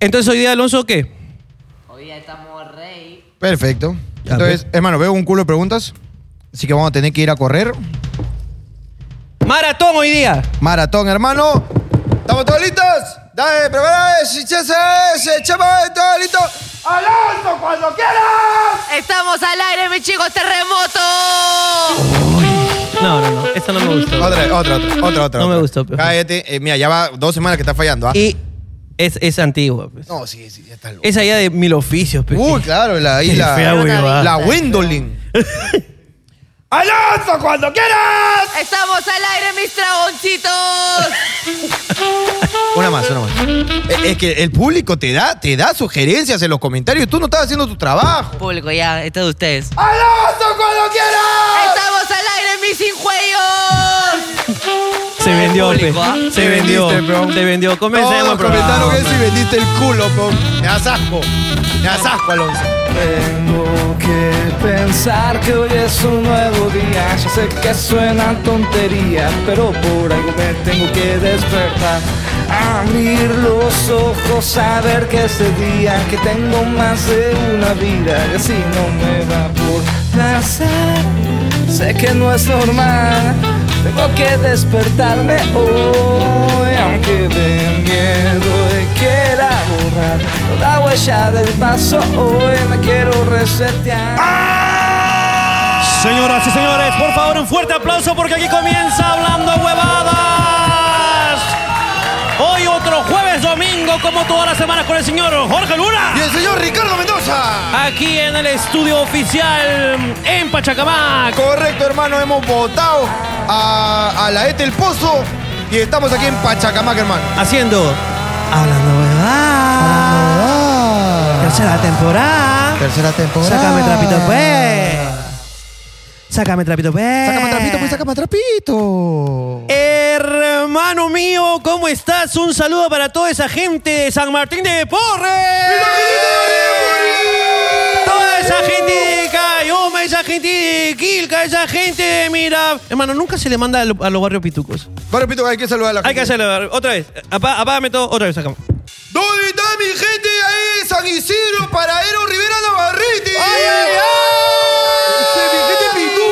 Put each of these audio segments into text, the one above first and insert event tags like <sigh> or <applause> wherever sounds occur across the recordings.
Entonces, hoy día, Alonso, ¿qué? Hoy día estamos rey. Perfecto. Ya, Entonces, hermano, veo un culo de preguntas. Así que vamos a tener que ir a correr. Maratón hoy día. Maratón, hermano. ¿Estamos todos listos? Dale, prepara, si se se chama, todos listos. ¡Alonso, cuando quieras! Estamos al aire, mis chicos, terremoto. No, no, no. Esa no me gustó. Otra, otra, otra, otra, otra. No me otra. gustó, pero- Cállate. Eh, mira, ya va dos semanas que está fallando. ¿ah? Y es, es antigua. pues. No, sí, sí, ya está loco. Es allá de mil oficios. pues. Uy, claro, la <laughs> Qué fea isla. huevada. La Wendolin. ¡Alonso, cuando quieras! Estamos al aire, mis dragoncitos. Una más, <laughs> una más. Eh, Es que el público te da, te da sugerencias en los comentarios. Tú no estás haciendo tu trabajo. Público, ya, esto de ustedes. ¡Alonso, cuando quieras! Estamos al aire, mis injuegos. Se vendió, Público, pe. ¿ah? Se vendió. Vendiste, bro. Se vendió. Comencemos, Todos el programa. Ah, comentaron eso y vendiste el culo, bro. Me das asco. Me das asco, Alonso. Tengo que pensar que hoy es un nuevo día. Ya sé que suenan tonterías, pero por algo me tengo que despertar. Abrir los ojos, saber que ese día que tengo más de una vida, y así no me va por placer. Sé que no es normal, tengo que despertarme hoy, aunque de miedo y quiera borrar toda huella del paso. Hoy me quiero resetear. Señoras y señores, por favor, un fuerte aplauso porque aquí comienza Hablando Huevadas. Hoy otro jueves domingo, como todas las semanas, con el señor Jorge Luna. Y el señor Ricardo Mendoza. Aquí en el estudio oficial en Pachacamac. Correcto, hermano. Hemos votado a, a la ETE El Pozo y estamos aquí en Pachacamac, hermano. Haciendo Hablando Huevadas. Tercera temporada. Ah, Tercera temporada. pues. Sácame trapito, pues. Sácame trapito, pues, sácame trapito. Hermano mío, ¿cómo estás? Un saludo para toda esa gente de San Martín de Porres. Toda esa gente de Cayoma, esa gente de Quilca, esa gente de Mira. Hermano, nunca se le manda a, lo- a los barrios pitucos. Bueno, Pito, Pues, hay que saludar a la gente. Hay que hacerlo, otra vez. Apá- apágame todo, otra vez, sacamos. ¿Dónde está mi gente ahí? San Isidro, Paraero, Rivera Navarrete. ¡Ay, ay, ay! Ese mi gente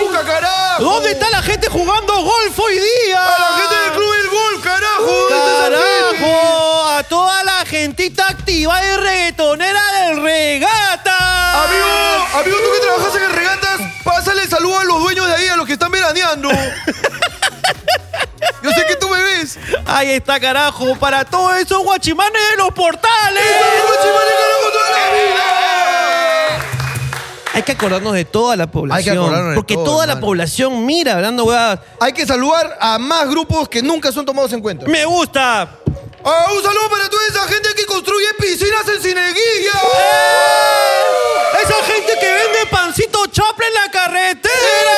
pituca, carajo! ¿Dónde está la gente jugando golf hoy día? A Ah, la gente del Club El Gol, carajo! ¿Dónde está esa gente? ¡Carajo! A toda la gentita activa y reggaetonera del regata. Amigo, amigo, tú que trabajas en el regatas, pásale saludo a los dueños de ahí, a los que están veraneando. <laughs> Yo sé que tú me ves. Ahí está, carajo, para todos esos guachimanes de los portales. Hay que acordarnos de toda la población. Hay que acordarnos de porque todo, toda la hermano. población mira hablando huevadas. Hay que saludar a más grupos que nunca son tomados en cuenta. Me gusta. Ah, un saludo para toda esa gente que construye piscinas en Cineguilla. ¡Eh! Esa gente que vende pancito chapla en la ¡Eh! carretera.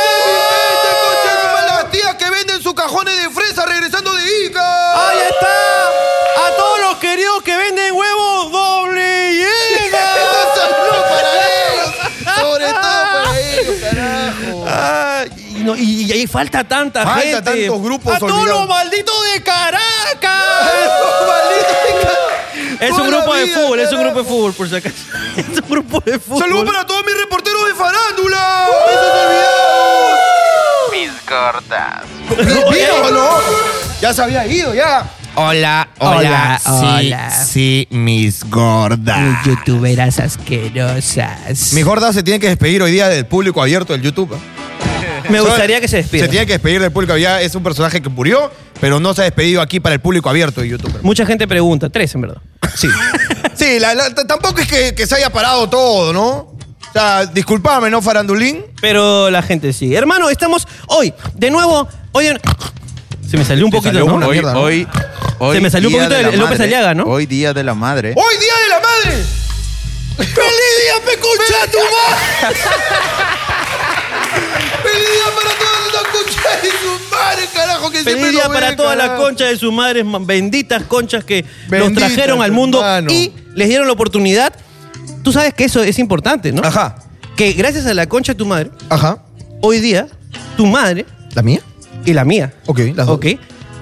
Las tías que venden sus cajones de fresa regresando de Ica. Ahí está. A todos los queridos que venden huevos doble llena. <laughs> Saludo para ellos. Sobre todo para ellos, carajo. Ah, y, no- y- y ahí falta tanta Falta gente. tantos grupos A todos olvidados. los malditos de Caracas. Es un Toda la grupo de vida, fútbol, es un carajo. grupo de fútbol, por si acaso. <laughs> Es un grupo de fútbol. Saludos para todos mis reporteros de farándula. ¡Esos olvidados! Mis cortas. Mira, no. Ya se había ido, ya. Hola, hola, sí, sí, mis gordas. Youtuberas asquerosas. Mis gordas se tienen que despedir hoy día del público abierto del YouTube. ¿eh? Me gustaría que se despida. Se tiene que despedir del público abierto. Es un personaje que murió, pero no se ha despedido aquí para el público abierto de YouTube. ¿eh? hermano. Mucha gente pregunta, tres en verdad. Sí. Sí, la- la- t- tampoco es que, que se haya parado todo, ¿no? O sea, disculpame, ¿no, Farandulín? Pero la gente sí. Hermano, estamos hoy, de nuevo, hoy en- Se me salió un poquito, salió ¿no? una Hoy, mierda, ¿no? hoy, hoy Se me salió un día poquito de la el- el López madre. Aliaga, ¿no? Hoy día de la madre. ¡Hoy Día de la Madre! ¡Feliz Día, Pecucha, tu <laughs> madre! ¡Feliz Día para todas las conchas de su madre, carajo! Que siempre Feliz día nos para ven, todas las carajo. conchas de sus madres, ma- benditas conchas que los Benditas, trajeron al mundo hermano. y les dieron la oportunidad. Tú sabes que eso es importante, ¿no? Ajá. Que gracias a la concha de tu madre, Ajá. hoy día, tu madre ¿La mía? y la mía. Ok, las dos. Ok.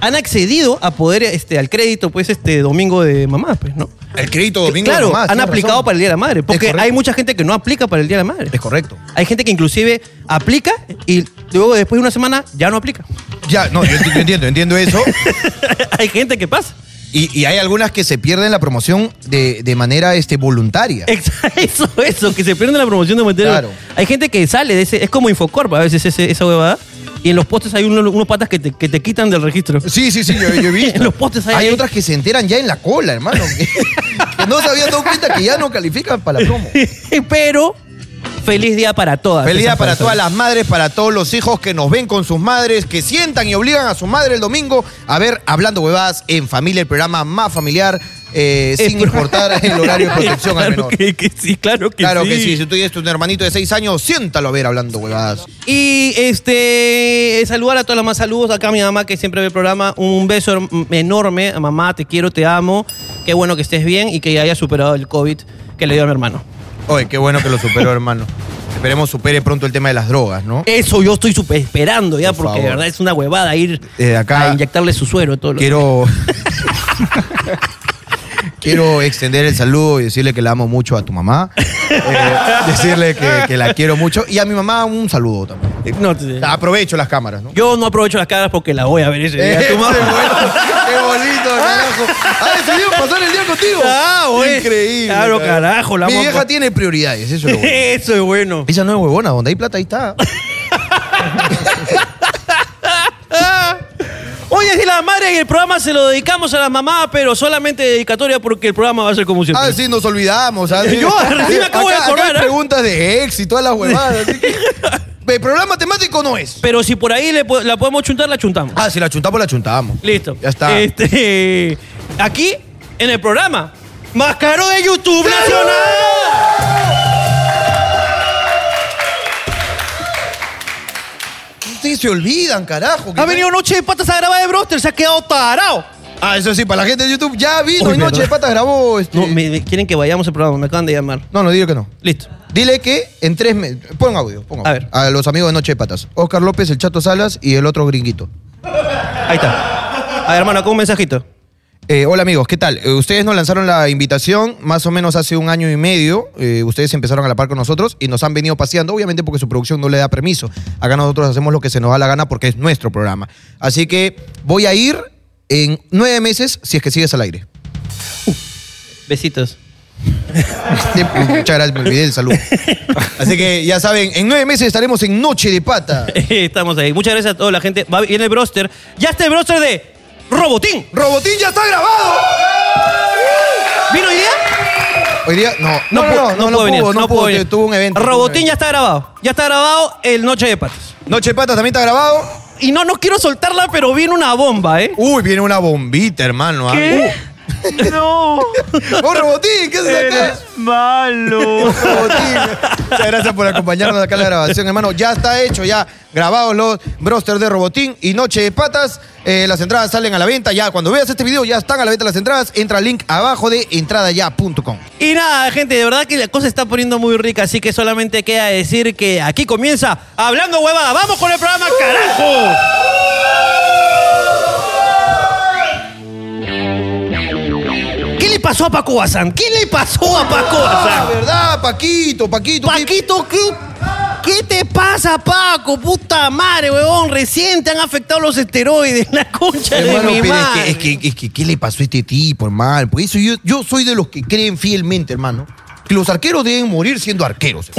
Han accedido a poder este, al crédito, pues, este domingo de mamá, pues, ¿no? El crédito domingo claro, nomás, han tienes aplicado razón. para el Día de la Madre. Porque correcto. hay mucha gente que no aplica para el Día de la Madre. Es correcto. Hay gente que inclusive aplica y luego después de una semana ya no aplica. Ya, no, yo, enti- yo entiendo, entiendo eso. <laughs> hay gente que pasa. Y, y hay algunas que se pierden la promoción de, de manera este, voluntaria. Exa- Eso, eso, que se pierde la promoción de material. Claro. Hay gente que sale de ese, es como Infocorp a veces ese- esa huevada. Y en los postes hay uno- unos patas que te, que te quitan del registro. Sí, sí, sí, yo, yo he visto. Los postes ahí. hay otras que se enteran ya en la cola, hermano. Que, <laughs> que no se habían dado cuenta que ya no califican para la promo. <laughs> <laughs> Pero, feliz día para todas. Feliz día esas para todas personas. las madres, para todos los hijos que nos ven con sus madres, que sientan y obligan a su madre el domingo a ver Hablando Huevadas en Familia, el programa más familiar, eh, El sin pro- importar <laughs> el horario de protección claro al menor. Que, que sí, claro que claro sí. que sí, si tú tienes tu hermanito de 6 años, siéntalo a ver Hablando Huevadas. Y este, saludar a todas las más saludos. Acá a mi mamá que siempre ve el programa. Un beso herm- enorme. Mamá, te quiero, te amo. Qué bueno que estés bien y que haya superado el COVID que le dio a mi hermano. Oye, qué bueno que lo superó, hermano. Esperemos supere pronto el tema de las drogas, ¿no? Eso yo estoy super esperando ya, Por porque de favor. verdad es una huevada ir Eh, acá- a inyectarle su suero. Todo lo- Quiero. <laughs> Quiero extender el saludo y decirle que la amo mucho a tu mamá. Eh, decirle que, que la quiero mucho. Y a mi mamá un saludo también. No, te- Aprovecho las cámaras, ¿no? yo no aprovecho las caras porque las voy a ver ese día. Ese Tu <laughs> mamá. bueno, ¡Qué bonito, carajo! ¡Ha decidido pasar el día contigo! Ah, güey. Increíble. Claro, carajo, la Mi amo vieja por- tiene prioridades, eso es <laughs> lo bueno. Eso es bueno. Esa no es huevona, donde hay plata, ahí está. Hoy es Día de la madre y el programa se lo dedicamos a las mamás, pero solamente dedicatoria porque el programa va a ser como siempre. Ah, sí, nos olvidamos. ah, sí. Yo recién me acabo de Acá- acá acordar, hay ¿eh? preguntas de ex y todas las huevadas. así que- <laughs> El programa temático no es. Pero si por ahí le po- la podemos chuntar, la chuntamos. Ah, si la chuntamos, la chuntamos. Listo. Ya está. Este, aquí, en el programa, más caro de YouTube Nacional. Ustedes se olvidan, carajo. que- Ha venido Noche de Patas a grabar de Broster, se ha quedado tarado. Ah, eso sí, para la gente de YouTube ya vino Uy, y Noche mierda. de Patas grabó. este- No, me- me- quieren que vayamos al programa, me acaban de llamar. no, no, dile que no. Listo. Dile que en tres meses. Pon audio, pon audio. A ver. A los amigos de Noche de Patas. Oscar López, el Chato Salas y el otro gringuito. Ahí está. A ver, hermano, con un mensajito. Eh, hola amigos, ¿qué tal? Eh, ustedes nos lanzaron la invitación más o menos hace un año y medio. Eh, ustedes empezaron a la par con nosotros y nos han venido paseando, obviamente porque su producción no le da permiso. Acá nosotros hacemos lo que se nos da la gana porque es nuestro programa. Así que voy a ir en nueve meses si es que sigues al aire. Besitos. <laughs> Muchas gracias, me olvidé el saludo. Así que ya saben, en nueve meses estaremos en Noche de Pata. Estamos ahí. Muchas gracias a toda la gente. Va- viene el broster. Ya está el broster de Robotín. ¡Robotín ya está grabado! ¿Vino hoy día? Hoy día, no, no, no, pu- no, no, pudo, no pudo, venir. tuvo un evento. Robotín ya está grabado. Ya está grabado el Noche de Patas. Noche de Patas también está grabado. Y no, no quiero soltarla, pero viene una bomba, ¿eh? Uy, viene una bombita, hermano. ¿ah? No, <laughs> ¡Oh, Robotín! ¿Qué haces acá? eres malo. Robotín. Muchas gracias por acompañarnos acá en la grabación, hermano. Ya está hecho, ya grabados los brosters de Robotín y Noche de Patas. Eh, las entradas salen a la venta ya. Cuando veas este video, ya están a la venta las entradas. Entra al link abajo de entradaya.com. Y nada, gente, de verdad que la cosa está poniendo muy rica, así que solamente queda decir que aquí comienza Hablando Huevada. ¡Vamos con el programa, carajo! ¿Qué le pasó a Paco Bazán? ¿Qué le pasó a Paco Ah, Bazán? ¿verdad? Paquito, Paquito. Paquito, ¿qué, qué te pasa, Paco? Puta madre, huevón. Recién te han afectado los esteroides. La concha Hermano, de mi pero es madre. que, es, que, es que, ¿qué le pasó a este tipo, hermano? Por eso yo, yo soy de los que creen fielmente, hermano, que los arqueros deben morir <laughs> siendo arqueros.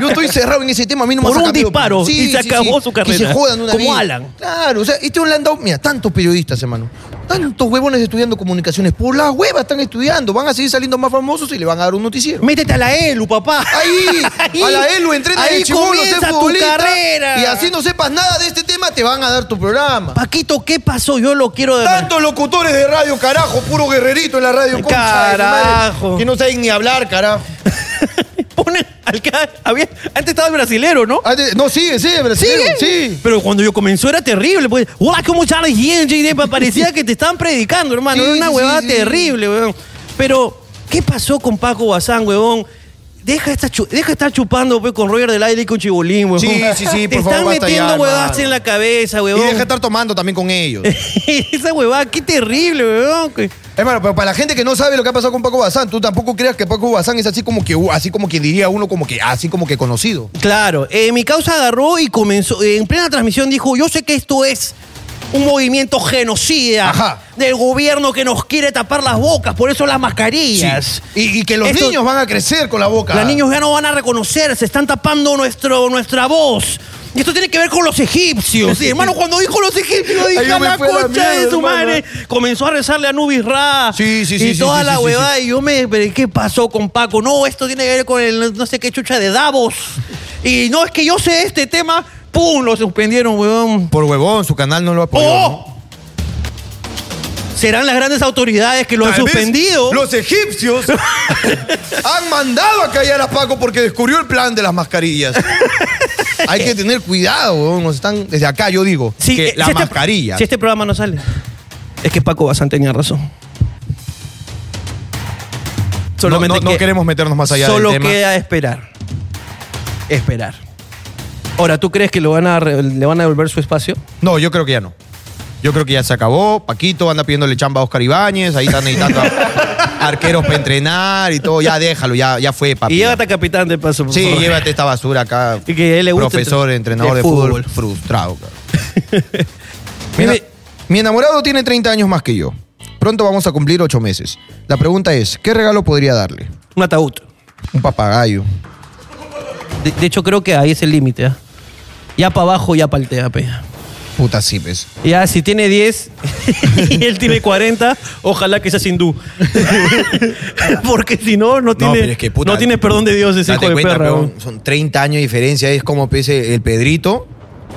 yo estoy cerrado en ese tema, a mí no me Por vas un a cambiar de disparo, opinión. y se acabó su Que carrera. se jodan una Como vez. Alan. Claro, o sea, este hombre le han dado, mira, tantos periodistas, hermano, tantos huevones estudiando comunicaciones, por las huevas están estudiando, van a seguir saliendo más famosos y le van a dar un noticiero. Métete a la ELU, papá. Ahí, a la ELU, <laughs> entrena ahí de chibolo, sé comienza tu futbolista, carrera. Y así no sepas nada de este tema, te van a dar tu programa. Paquito, ¿qué pasó? Yo lo quiero de Tantos locutores de radio, carajo, puro guerrerito en la radio. concha de su madre, Carajo. Que no saben ni hablar, carajo. <laughs> Ponen al ca- había- Antes estaba el brasilero, ¿no? Ah, de- No, sigue, sigue, Brasil. Sí. Pero cuando yo comenzó era terrible, pues. ¡Guau, cómo charla gente! y pa- Parecía que te estaban predicando, hermano. Sí, era una sí, huevada sí, sí. terrible, huevón. Pero, ¿qué pasó con Paco Bazán, huevón? Deja, esta chu- deja de estar chupando pues, con Roger del Aire y con Chibolín, huevón. Sí, sí, sí, Te por favor, están basta metiendo ya, huevadas hermano. en la cabeza, Y huevón. <laughs> Eh. deja de estar tomando también con ellos. Esa huevada, qué terrible, huevón. que- Hermano, pero para la gente que no sabe lo que ha pasado con Paco Bazán, tú tampoco creas que Paco Bazán es así como que, uh, así como que diría uno, como que, ah, así como que conocido. Claro, eh, mi causa agarró y comenzó, en plena transmisión dijo, yo sé que esto es un movimiento genocida Ajá. del gobierno que nos quiere tapar las bocas, por eso las mascarillas. Y, y que los Esto- niños van a crecer con la boca. Los niños ya no van a reconocer, se están tapando nuestro, nuestra voz. Y esto tiene que ver con los <laughs> egipcios. Y, hermano, cuando dijo los egipcios, dije yo "A me la fui a la concha de mierda, su madre. hermano. Comenzó a rezarle a Nubis Ra. Sí, sí, Y sí, toda sí, la sí, sí, huevada. Y yo me. pero ¿Qué pasó con Paco? No, esto tiene que ver con el no sé qué chucha de Davos. Y no, es que yo sé este tema. ¡Pum! Lo suspendieron, huevón. Por huevón, su canal no lo apoyó. ¿no? ¡Oh! Serán las grandes autoridades que lo han Tal vez suspendido. <laughs> Los egipcios han mandado a callar a Paco porque descubrió el plan de las mascarillas. Hay que tener cuidado, weón, nos están desde acá yo digo Sí, que eh, la si este- mascarilla. si este programa no sale, es que Paco Bazán tenía razón. no, Solamente no- no que- queremos meternos más allá Solo del tema. queda esperar. Esperar. Ahora, ¿tú crees que lo van a re- le van a devolver su espacio? No, yo creo que ya no. Yo creo que ya se acabó. Paquito anda pidiéndole chamba a Oscar Ibáñez, ahí están necesitando a- arqueros para entrenar y todo. Ya déjalo, ya, ya fue, papi. Y llévate a capitán de paso. por Sí, favor. llévate esta basura acá. Y que a él le guste Profesor, entre- entrenador de de fútbol, fútbol. frustrado. cabrón. mi, ena- Mire. mi enamorado tiene 30 años más que yo. Pronto vamos a cumplir 8 meses. La pregunta es, ¿qué regalo podría darle? Un ataúd. Un papagayo. De, de hecho, creo que ahí es el límite. ¿ah? Ya para abajo, ya para el TAP. Puta sí, pues. Ya, si tiene 10 <laughs> y él tiene 40, ojalá que seas hindú. <laughs> Porque si no, no tiene, pero es que, puta, no tiene perdón de Dios ese Date hijo de cuenta, perra. peón, weón. son 30 años de diferencia. Es como pues, el Pedrito,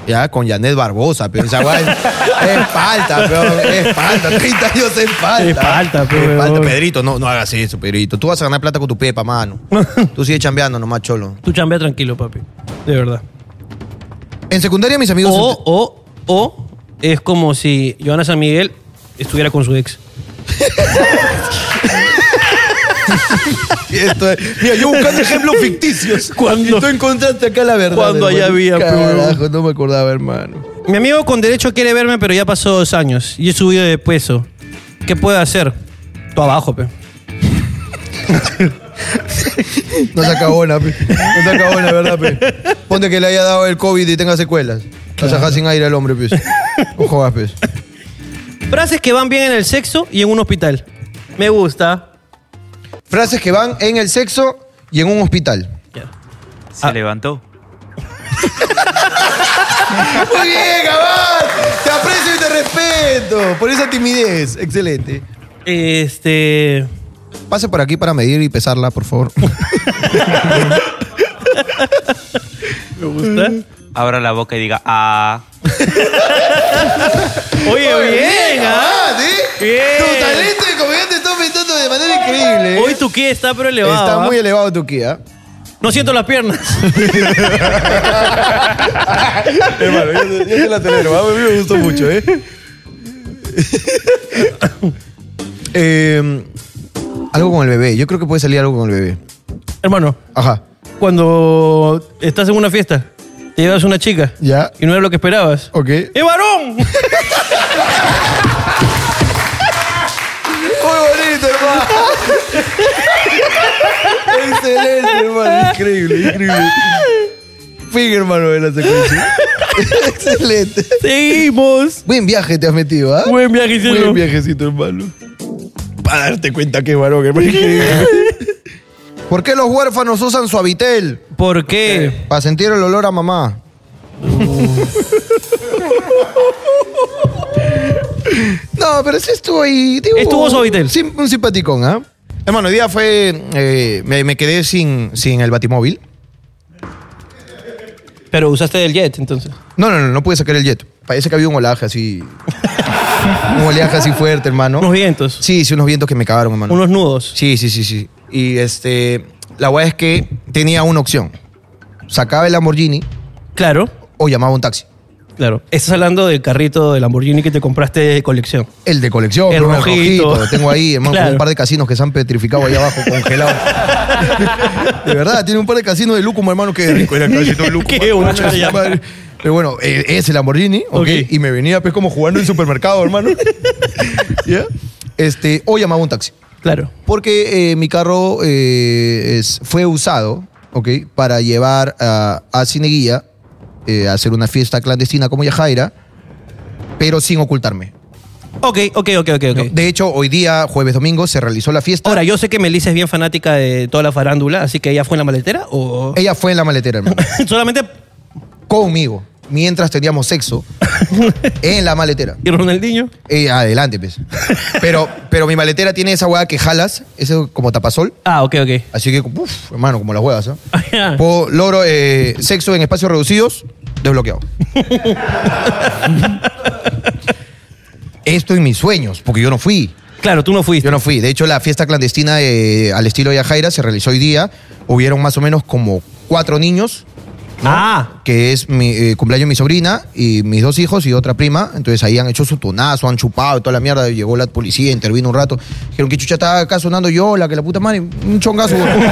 ya, con Janet Barbosa. Pero <laughs> esa guay es, es falta, peón, es falta. 30 años es falta. Es falta, Es peón. falta. Pedrito, no, no hagas eso, Pedrito. Tú vas a ganar plata con tu pepa, mano. <laughs> Tú sigues chambeando nomás, cholo. Tú chambea tranquilo, papi. De verdad. En secundaria, mis amigos... O, o, o es como si Joana San Miguel estuviera con su ex. <laughs> Esto es- mira, yo buscando ejemplos <laughs> ficticios. Cuando- Y tú encontraste acá la verdad. Cuando allá hermano. había, Carajo, no me acordaba, hermano. Mi amigo con derecho quiere verme, pero ya pasó dos años y he subido de peso. ¿Qué puedo hacer? Tú abajo, pe. No saca bona, pe. No saca bona, ¿verdad, pe? Ponte que le haya dado el COVID y tenga secuelas. La sacas sin aire al hombre, pues. Ojo, vas, pues. Frases que van bien en el sexo y en un hospital. Me gusta. Frases que van en el sexo y en un hospital. Ya. Se levantó. Muy bien, cabal. Te aprecio y te respeto por esa timidez. Excelente. Este. Pase por aquí para medir y pesarla, por favor. Me gusta. Abra la boca y diga, ah. Oye, bien, ¿ah? Ah, ¿sí? Bien. Tu talento de comediante está aumentando de manera increíble. ¿eh? Hoy tu ki está pero elevado. Está ¿ah? muy elevado tu Kia. No siento las piernas. <laughs> Hermano, yo, yo te la tolero. A mí me gustó mucho, <laughs> ¿eh? Eh, Algo con el bebé. Yo creo que puede salir algo con el bebé. Hermano, Ajá. cuando estás en una fiesta, te llevas una chica Ya. y no era lo que esperabas. Ok. ¡Es <laughs> varón! Muy bonito, hermano. Excelente, hermano. Increíble, increíble. Fin, hermano, de la secuencia. <laughs> Excelente. Seguimos. Buen viaje te has metido, ¿ah? Buen viaje, cielo. Buen viajecito, hermano. Para darte cuenta que es varón, hermano. <laughs> ¿Por qué los huérfanos usan su habitel? ¿Por qué? Para sentir el olor a <laughs> mamá. no, pero sí estuvo ahí. digo, Estuvo suavitel. sim- un simpaticón, ¿ah? Hermano, hoy día fue. eh, me, me quedé sin, sin el batimóvil. Pero usaste el jet, entonces. No, no, no, no pude sacar el jet. Parece que había un olaje <laughs> así. un oleaje así fuerte, hermano. Unos vientos. Sí, sí, unos vientos que me cagaron, hermano. Unos nudos. Sí, sí, sí, sí. Y este. La weá es que tenía una opción. Sacaba el Lamborghini Claro, o llamaba un taxi. claro. Estás hablando del carrito de Lamborghini que te compraste de colección. El de colección, El hermano, el rojito. rojito. Lo tengo <laughs> ahí, hermano, Claro. con un par de casinos que se han petrificado ahí abajo, <laughs> congelados. de verdad, tiene un par de casinos de Lúcuma, hermano, que rico era el casino de Lúcuma. Qué bueno, Concha de su ya. madre. Pero bueno, eh, es el Lamborghini, Ok. <laughs> ok, y me venía pues como jugando en supermercado, hermano. <laughs> ¿Ya? este, o llamaba un taxi. Claro. Porque eh, mi carro eh, es- fue usado, ¿ok? Para llevar a, a Cineguía eh, a hacer una fiesta clandestina como Yajaira, pero sin ocultarme. Ok, ok, ok, ok. ok. De hecho, hoy día, jueves, domingo, se realizó la fiesta. Ahora, yo sé que Melissa es bien fanática de toda la farándula, así que ella fue en la maletera o. Ella fue en la maletera, hermano. <laughs> Solamente. conmigo, mientras teníamos sexo, en la maletera. ¿Y Ronaldinho? Eh, adelante, pues. Pero, pero mi maletera tiene esa hueá que jalas, eso como tapasol. Ah, ok, <laughs> ok. Así que, uff, hermano, como las huevas, ¿ah? Ya. Puedo- logro eh, sexo en espacios reducidos, desbloqueado. Esto en mis sueños, porque yo no fui. Claro, tú no fuiste. Yo no fui. De hecho, la fiesta clandestina eh, al estilo Yajaira se realizó hoy día. Hubieron más o menos como cuatro niños, Ah, que es mi eh, cumpleaños de mi sobrina y mis dos hijos y otra prima. Entonces ahí han hecho su tonazo, han chupado y toda la mierda. Llegó la policía, intervino un rato. Dijeron que chucha estaba acá sonando yo, la que la puta madre, un chongazo. weón.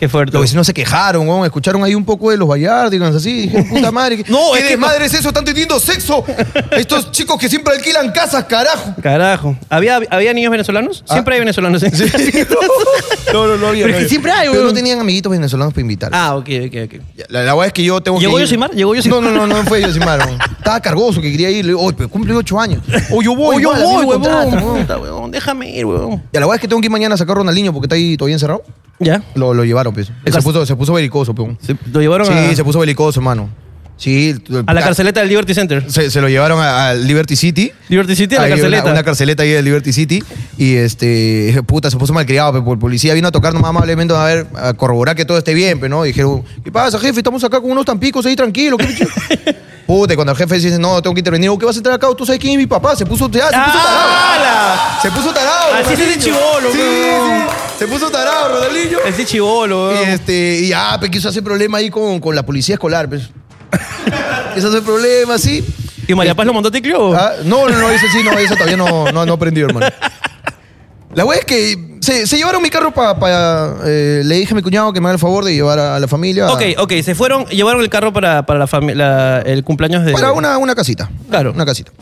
qué fuerte. Los vecinos se quejaron, weón. escucharon ahí un poco de los Vallardigans, así, dijeron, <laughs> puta madre. ¿qué- No, ¿qué es que- desmadre es eso? Están teniendo sexo. Estos chicos que siempre alquilan casas, carajo. Carajo. ¿Había, ¿Había niños venezolanos? Siempre hay venezolanos. en- Ah. No, no, no había. Pero es que siempre hay, Pero weón. no tenían amiguitos venezolanos para invitar. Ah, ok, ok, ok. La, la verdad es que yo tengo ¿Llegó que ir. Yosimar? ¿Llegó Yosimar? No, no, no, no fue Yosimar. weón. Estaba cargoso que quería ir. Le digo, oye, pero cumple ocho años. O yo voy, Oh, yo igual, a mí voy, me contratan, huevón. weón. Puta, huevón, Déjame ir, huevón. Y a la verdad es que tengo que ir mañana a sacar a Ronaldinho porque está ahí todavía encerrado. ¿Ya? Lo, lo llevaron, pues. Se cárcel? puso, se puso belicoso, peón. Se- lo llevaron Sí, a, se puso belicoso, hermano. Sí. a la carceleta del Liberty Center. Se, se lo llevaron a, a Liberty City. Liberty City a la Ahí, carceleta. Una, una carceleta ahí de Liberty City. Y este, <laughs> puta, se puso malcriado, pe, por policía vino a tocar nomás amablemente a ver, a corroborar que todo esté bien, pero no. Dijeron, ¿qué pasa, jefe? Estamos acá con unos tampicos ahí tranquilos. <laughs> ¿qué pichu-?" puta, y cuando el jefe dice, no, tengo que intervenir, digo, ¿qué vas a entrar acá? ¿Tú sabes quién es mi papá? Se puso, ya, se puso tarado. ¡Hala! Se puso tarado. ¡Ah, Así se Ronaldinho. hace chibolo, Sí, weón. sí. Se puso tarado, Ronaldinho. Ese chivolo, Y huevón. este, y ah, pues quiso hacer problema ahí con, con la policía escolar, <laughs> pues. quiso hacer problema, sí. ¿Y María Paz lo mandó a Ticlio? <laughs> Ah, no, no, no, ese sí, no, ese todavía no, no, no aprendí, hermano. La wea es que se, se llevaron mi carro para. le dije a mi cuñado que me haga el favor de llevar a, la familia. a- Ok, ok. Se fueron, llevaron el carro para, para la fami- la- el cumpleaños de... Para una, una casita. Claro. Una casita.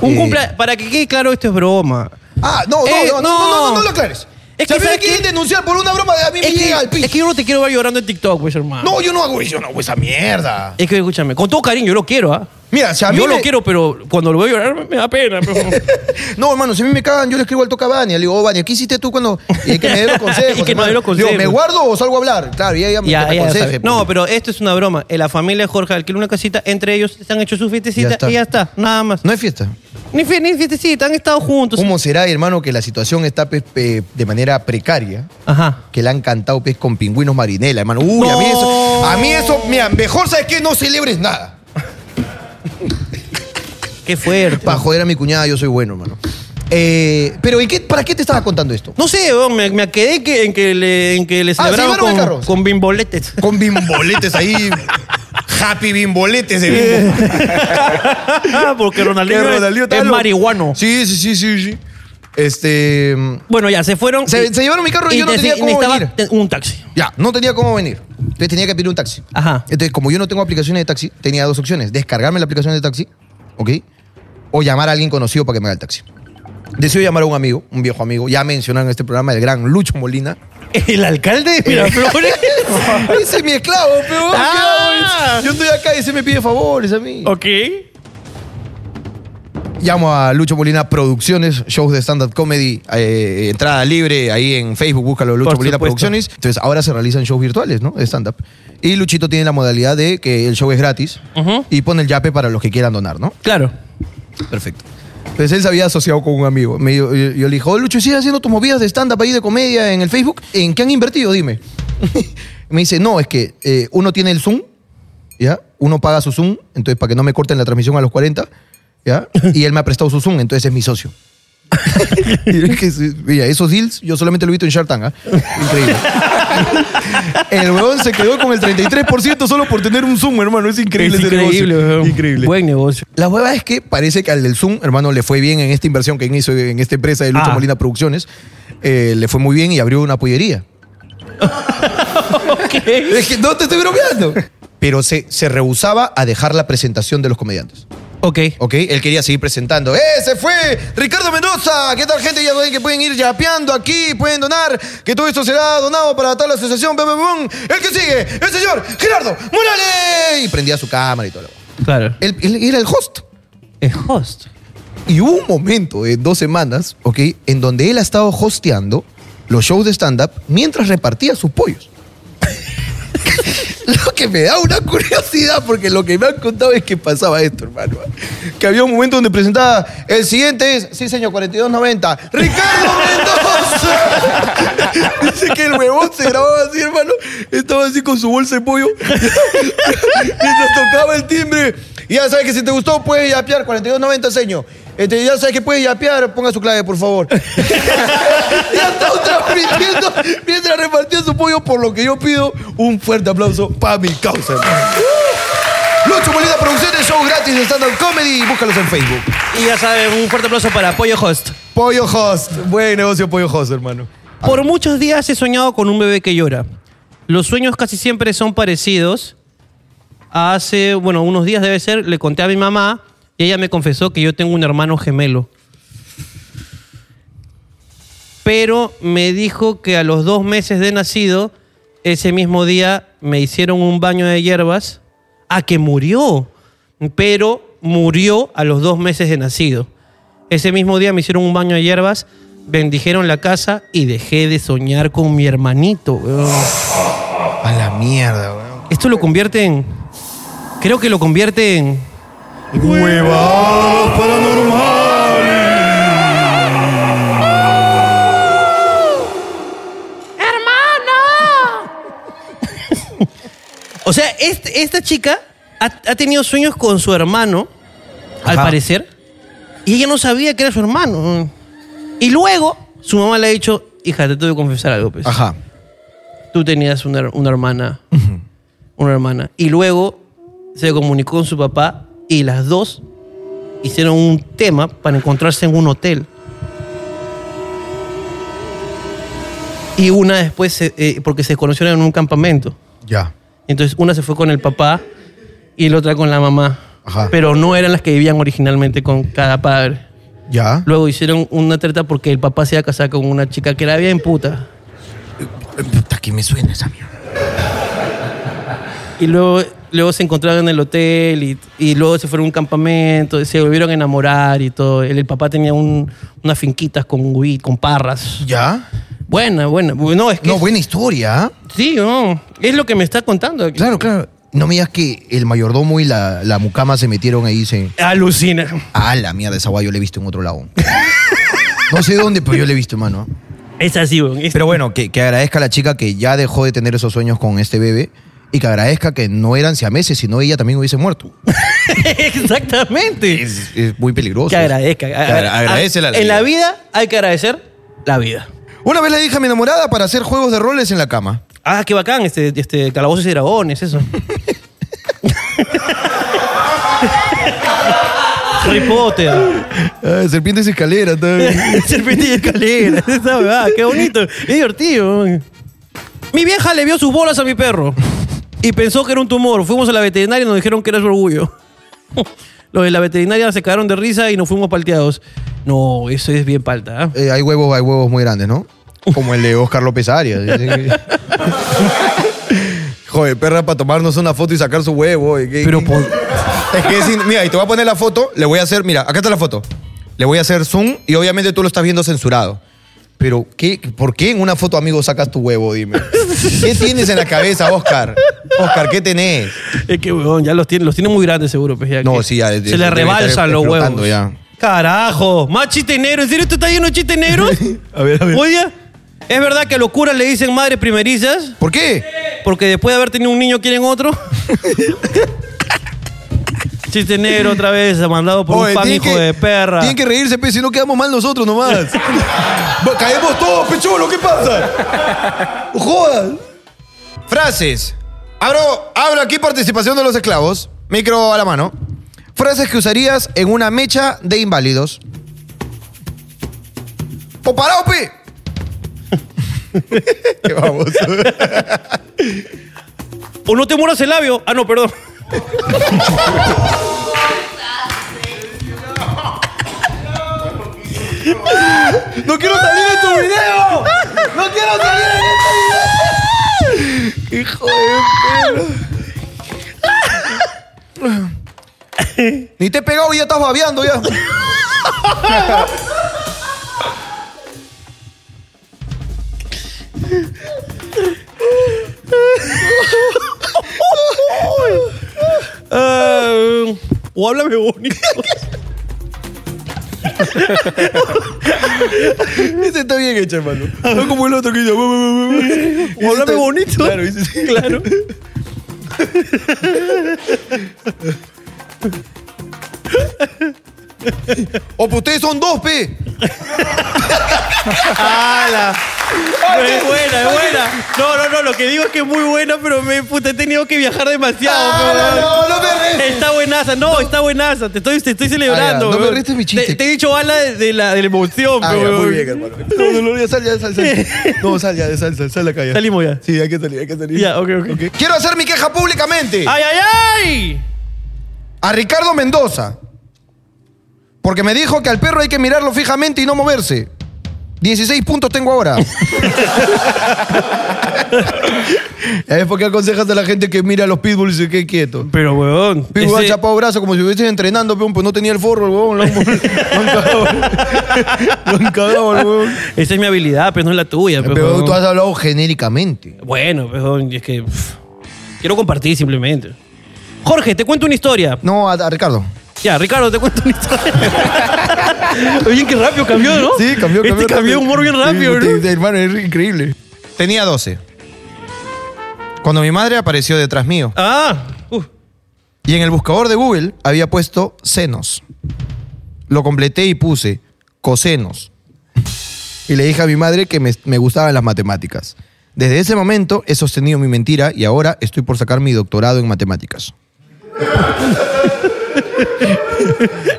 Un Eh, cumplea- Para que quede claro, esto es broma. Ah, no, no, Eh, no, no, no, no, no, no lo aclares. Es que si a mí me ¿sabes qué? quieren denunciar por una broma, a mí me Es que, llega al piso. es que yo no te quiero ver llorando en TikTok, pues, hermano. No, yo no hago eso, no hago esa mierda. Es que, escúchame, con todo cariño, yo lo quiero, ¿ah? Mira, si a mí Yo lo me- quiero, pero cuando lo veo llorar me- me da pena. pero- <laughs> No, hermano, si a mí me cagan, yo le escribo al toca Vania. Le digo, oh, Vania, ¿qué hiciste tú cuando.? Y que me dé <laughs> los consejos. Y que nos dé hermano. los consejos. Digo, ¿me guardo o salgo a hablar? Claro, y ella me, Ya, me ya, aconseje, sabe. pues. no, pero esto es una broma. En la familia de Jorge alquiló una casita, entre ellos se han hecho su fiestecita Ya está. y ya está, nada más. No hay fiesta. Ni, fie- ni fiestecita, han estado juntos. ¿Cómo será, hermano, que la situación está pues, pe- de manera precaria? Ajá. Que la han cantado pues, con pingüinos marinela, hermano. Uy, a mí No. eso. A mí eso, mira, mejor sabes que no celebres nada. Qué fuerte. Para joder a mi cuñada, yo soy bueno, hermano. Eh, pero ¿en qué, ¿para qué te estaba contando esto? No sé, weón, me, me quedé que, en que le, en que le se celebraron llevaron el carro. con, con bimboletes. Con bimboletes ahí. Happy bimboletes de bimbo. <laughs> Porque Ronaldinho, Que es- Ronaldinho es, estaba loco. marihuano. Sí, sí, sí, sí, sí. Este. Bueno, ya, se fueron. Se, se llevaron mi carro y, yo no te- tenía cómo necesitaba venir. te- un taxi. Ya, no tenía cómo venir. Entonces tenía que pedir un taxi. Ajá. Entonces, como yo no tengo aplicaciones de taxi, tenía dos opciones: descargarme la aplicación de taxi, ¿ok? O llamar a alguien conocido para que me haga el taxi. Decido llamar a un amigo, un viejo amigo, ya mencionado en este programa, el gran <laughs> Lucho Molina. <laughs> El alcalde de Miraflores. Ese es mi esclavo, pero Ah. yo estoy acá y se me pide favores a mí. <laughs> ok. Llamo a Lucho Molina Producciones, shows de stand-up comedy, eh, entrada libre, ahí en Facebook, búscalo, Lucho Por Molina supuesto. Producciones. Entonces, ahora se realizan shows virtuales, ¿no? De stand-up. Y Luchito tiene la modalidad de que el show es gratis Ujú. y pone el yape para los que quieran donar, ¿no? Claro. Perfecto. Entonces, él se había asociado con un amigo. Me, yo, yo- yo le dije, oh, Lucho, ¿sigues haciendo tus movidas de stand-up ahí de comedia en el Facebook? ¿En qué han invertido? Dime. <laughs> me dice, no, es que eh, uno tiene el Zoom, ¿ya? Uno paga su Zoom, entonces para que no me corten la transmisión a los 40, ¿ya? Y él me ha prestado su Zoom, entonces es mi socio. <laughs> y es que, sí, mira, esos deals yo solamente lo he visto en Shark Tank, ¿ah? Increíble. <laughs> el weón se quedó con el 33% solo por tener un Zoom, hermano. Es increíble Es ese increíble, negocio. weón. Increíble. Buen negocio. La hueva es que parece que al del Zoom, hermano, le fue bien en esta inversión que hizo en esta empresa de Lucho Ah. Molina Producciones. Eh, le fue muy bien y abrió una pollería. Es que no te estoy bromeando. Pero se, se rehusaba a dejar la presentación de los comediantes. Ok. Ok, él quería seguir presentando. ¡Eh, se fue! ¡Ricardo Mendoza! ¿Qué tal, gente? Ya saben que pueden ir yapeando aquí, pueden donar, que todo esto será donado para tal asociación. Bum, bum, bum. El que sigue, el señor Gerardo Morales. Y prendía su cámara y todo. lo- Claro. Él, él era el host. El host. Y hubo un momento de dos semanas, ok, en donde él ha estado hosteando los shows de stand-up mientras repartía sus pollos. lo que me da una curiosidad, porque lo que me han contado es que pasaba esto, hermano. Que había un momento donde presentaba el siguiente es, sí, señor, 4290, Ricardo Mendoza. <laughs> Dice que el huevón se grababa así, hermano. Estaba así con su bolsa de pollo. <laughs> Mientras tocaba el timbre. Y ya sabes que si te gustó, puedes yapear 4290, señor. Este, ya sabes que puedes yapear, ponga su clave, por favor. <laughs> ya estamos transmitiendo mientras repartía su pollo, por lo que yo pido un fuerte aplauso para mi causa. hermano. Lucho Molina Producciones, show gratis de stand-up comedy. Búscalos en Facebook. Y ya saben, un fuerte aplauso para Pollo Host. Pollo Host. Buen negocio, Pollo Host, hermano. Por muchos días he soñado con un bebé que llora. Los sueños casi siempre son parecidos. Hace, bueno, unos días debe ser, le conté a mi mamá y ella me confesó que yo tengo un hermano gemelo. Pero me dijo que a los dos meses de nacido, ese mismo día me hicieron un baño de hierbas. a que murió. Pero murió a los dos meses de nacido. Ese mismo día me hicieron un baño de hierbas, bendijeron la casa y dejé de soñar con mi hermanito. weón. A la mierda, weón. Esto lo convierte en. Creo que lo convierte en. Huevadas paranormales. <laughs> O sea, este- esta chica ha, ha tenido sueños con su hermano, al Ajá. parecer, y ella no sabía que era su hermano. Y luego su mamá le ha dicho: Hija, te tengo que confesar algo, pues. Ajá. tú tenías una, her- una hermana. Una hermana. Y luego se comunicó con su papá y las dos hicieron un tema para encontrarse en un hotel. Y una después, se- eh, porque se conocieron en un campamento. Ya. Entonces una se fue con el papá y la otra con la mamá. Ajá. Pero no eran las que vivían originalmente con cada padre. Ya. Luego hicieron una treta porque el papá se iba a casar con una chica que era bien puta. Puta, que me suena esa mierda. Y luego, luego se encontraron en el hotel y, y luego se fueron a un campamento, se volvieron a enamorar y todo. El, el papá tenía un- unas finquitas con huit, con parras. Ya. Buena, buena. No, es que. No, buena historia. ¿ah? Sí, no. Es lo que me está contando. aquí. Claro, claro. No me digas que el mayordomo y la, la mucama se metieron ahí y dicen, Alucina. ah, la mierda, esa guay yo la he visto en otro <laughs> lado. No sé dónde, pero yo la he visto, hermano. Es así, weón. Es- Pero bueno, que, que agradezca a la chica que ya dejó de tener esos sueños con este bebé y que agradezca que no eran siameses, sino ella también hubiese muerto. <laughs> Exactamente. Es, es muy peligroso. Que agradezca. Agra- agradece la En vida. la vida hay que agradecer la vida. Una vez le dije a mi enamorada para hacer juegos de roles en la cama. Ah, qué bacán, este, este calabozos y dragones, <laughs> eso. Harry Potter. Ah, serpientes y escaleras. <laughs> todavía. Serpiente y escalera. <laughs> Esa huevada, qué bonito. Es divertido. man. Mi vieja le vio sus bolas a mi perro y pensó que era un tumor. Fuimos a la veterinaria y nos dijeron que era su orgullo. <laughs> Los de la veterinaria se cagaron de risa y nos fuimos palteados. No, eso es bien palta. <laughs> ¿ah? Eh, hay huevos, hay huevos muy grandes, ¿no? Como el de Oscar López Arias. <laughs> Joder, perra, para tomarnos una foto y sacar su huevo. eh, que- Pero por- <laughs> Es que es in- mira, y te voy a poner la foto, le voy a hacer, mira, acá está la foto. Le voy a hacer zoom y obviamente tú lo estás viendo censurado. Pero, ¿qué, ¿por qué en una foto, amigo, sacas tu huevo? Dime. ¿Qué tienes en la cabeza, Oscar? Oscar, ¿qué tenés? Es que, weón, ya los tiene, los tiene muy grandes seguro. pues, ya No, que sí, ya, Se de- le debe estar rebalsan los explotando huevos. ya. Carajo, más chiste negro. ¿En serio esto está lleno de chistes negros? <laughs> A ver, a ver. Oye, ¿es verdad que a los curas le dicen madres primerizas? ¿Por qué? Porque después de haber tenido un niño quieren <laughs> otro. Chiste negro otra vez, mandado por Oye, un fan tienen hijo de perra. Tienen que reírse, pe, si no quedamos mal nosotros nomás. <laughs> Va, Caemos todos, pecholo, ¿qué pasa? No Jodan. Frases. Abro, abro aquí participación de los esclavos. Micro a la mano. Frases que usarías en una mecha de inválidos. ¡Poparao, pe! <laughs> Qué vamos. <laughs> O no te mueras el labio. Ah, no, perdón. ¡No quiero salir en tu video! ¡No quiero salir en este video! ¡Hijo de perro! Ni te he pegado y ya estás babeando ya. Ah, o háblame <laughs> bonito. <laughs> Ese está bien hecho, hermano. No como el otro que dice... "Bu, bu, bu, bu". Ese O háblame está- bonito. este- Claro, este- ese sí. <laughs> Claro. O pues ustedes son dos, pe. ¡Hala! No, es buena, es buena. No, no, no, lo que digo es que es muy buena, pero me puta, he tenido que viajar demasiado. pero- Ah, no, no me ríes. Está buenaza, no, está buenaza. Te estoy, te estoy celebrando. Ah, ya, no me weón. restes mi chiste. Te, te he dicho bala de, de la, de la emoción, Ah, ya, weón. muy bien, hermano. No, no, no, ya sal, ya <laughs> sal, sal. No, sal, ya, sal, sal, sal acá ya. Salimos ya. Sí, hay que salir, hay que salir. Ya, ok, ok. Ok. Quiero hacer mi queja públicamente ¡Ay, ay, ay! a Ricardo Mendoza. Porque me dijo que al perro hay que mirarlo fijamente y no moverse. 16 puntos <laughs> tengo ahora. es porque aconsejas a la gente que mira a los pitbulls y se quede quieto. Pero, weón. Pitbull ha ese- chapado brazo como si estuviese entrenando, peón, pues no tenía el forro, el huevón. Lo <laughs> han, lo han cagado. <laughs> Lo han cagado, el huevón. Esa es mi habilidad, pero no es la tuya. Pero, Pero tú has hablado genéricamente. Bueno, perdón, es que. pff, quiero compartir simplemente. Jorge, te cuento una historia. No, a, a Ricardo. Ya, Ricardo, te cuento una historia. <laughs> Oye, qué rápido cambió, ¿no? Sí, cambió, cambió. Este cambió de rápido. humor bien Sí, rápido, te- ¿no? te- Hermano, es increíble. Tenía 12. Cuando mi madre apareció detrás mío Ah, uf. y en el buscador de Google había puesto senos. Lo completé y puse cosenos. Y le dije a mi madre que me, me gustaban las matemáticas. Desde ese momento he sostenido mi mentira y ahora estoy por sacar mi doctorado <laughs> en matemáticas.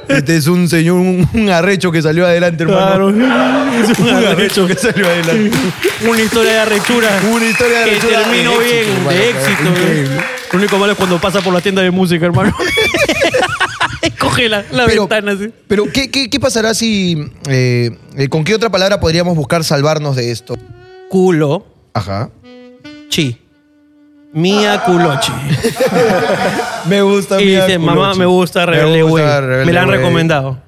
Este es un señor, un, un arrecho que salió adelante, hermano. claro. Es un <laughs> Un arrecho. arrecho que salió adelante. <laughs> Una historia de arrechura. Una historia de que arrechura terminó de éxito, bien, hermano, de éxito. ¿eh? increíble. güey. Lo único malo es cuando pasa por la tienda de música, hermano. <laughs> Coge la, la ventana así. pero ¿qué, qué, qué pasará si... eh, eh, ¿Con qué otra palabra podríamos buscar salvarnos de esto? Culo, Ajá. chi. Ah. Mía culochi. Me gusta. Y dice, mamá, me gusta Rebelde Way. Me la han recomendado.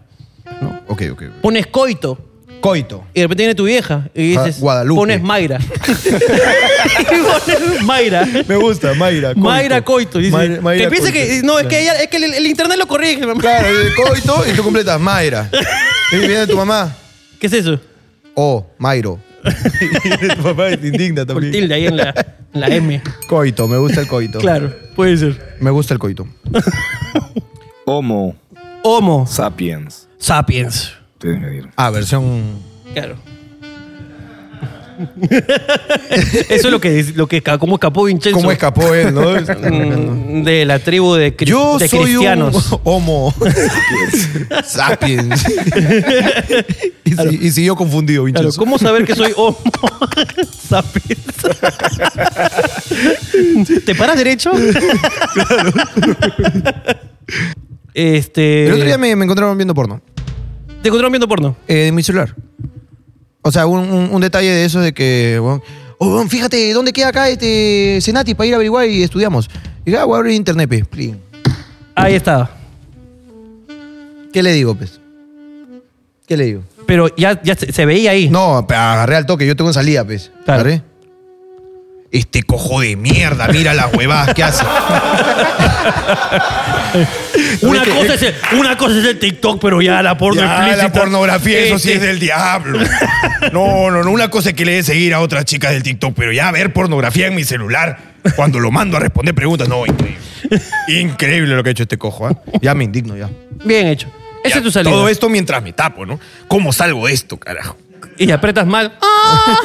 Ok, ok. ok. Pones coito. Coito. Y de repente viene tu vieja y Ah, dices, Guadalupe. pones <laughs> Mayra. <laughs> y pones Mayra. Me gusta, Mayra. Mayra Coito. Dice, Mayra- Mayra que piensa Coito. que. No, es que, ella, es que el, el internet lo corrige. mamá. Claro, el coito y tú completas Mayra. <laughs> Y viene tu mamá. ¿Qué es eso? Oh, <laughs> Mayro. Y viene tu papá y te indigna Por también. tilde ahí en la, en la <laughs> M. Coito, me gusta el coito. Claro, puede ser. Me gusta el coito. Homo Homo sapiens. sapiens. Tienes que decir. Ah, versión... Claro. <laughs> Eso es lo que, es- lo que esca- cómo escapó Vincenzo. ¿Cómo escapó él, <laughs> no? Mm, De la tribu de, cri- Yo de soy cristianos. un <laughs> homo sapiens. y, si, y siguió confundido, <laughs> Claro, Vincenzo. ¿Cómo saber que soy homo <laughs> sapiens? <laughs> ¿Te paras derecho? este. Eh. El otro día me, me encontraron viendo porno. Te encontraron viendo porno. eh, de mi celular. O sea, un, un- un detalle de eso de que... weón, oh, weón, fíjate, ¿dónde queda acá este Senati para ir a averiguar y estudiamos? Y ah, voy a abrir internet, pues. plin. Ahí estaba. ¿Qué le digo, pues? ¿Qué le digo? Pero ya, ya se, se veía ahí. No, pe- agarré al toque, yo tengo salida, pues. Claro. Agarré. Este cojo de mierda, mira las huevadas que hace. Una cosa, es el, una cosa es el TikTok, pero ya la porno Ya, explícita. la pornografía, eso sí Este, es del diablo. No, no, no. Una cosa es que le dé seguir a otras chicas del TikTok, pero ya ver pornografía en mi celular cuando lo mando a responder preguntas. No, increíble. Increíble lo que ha hecho este cojo, ¿ah? ya me indigno, ya. Bien hecho. Esa Ya, es tu salida. Todo esto mientras me tapo, ¿no? ¿Cómo salgo de esto, carajo? Y apretas mal. ¡Ah!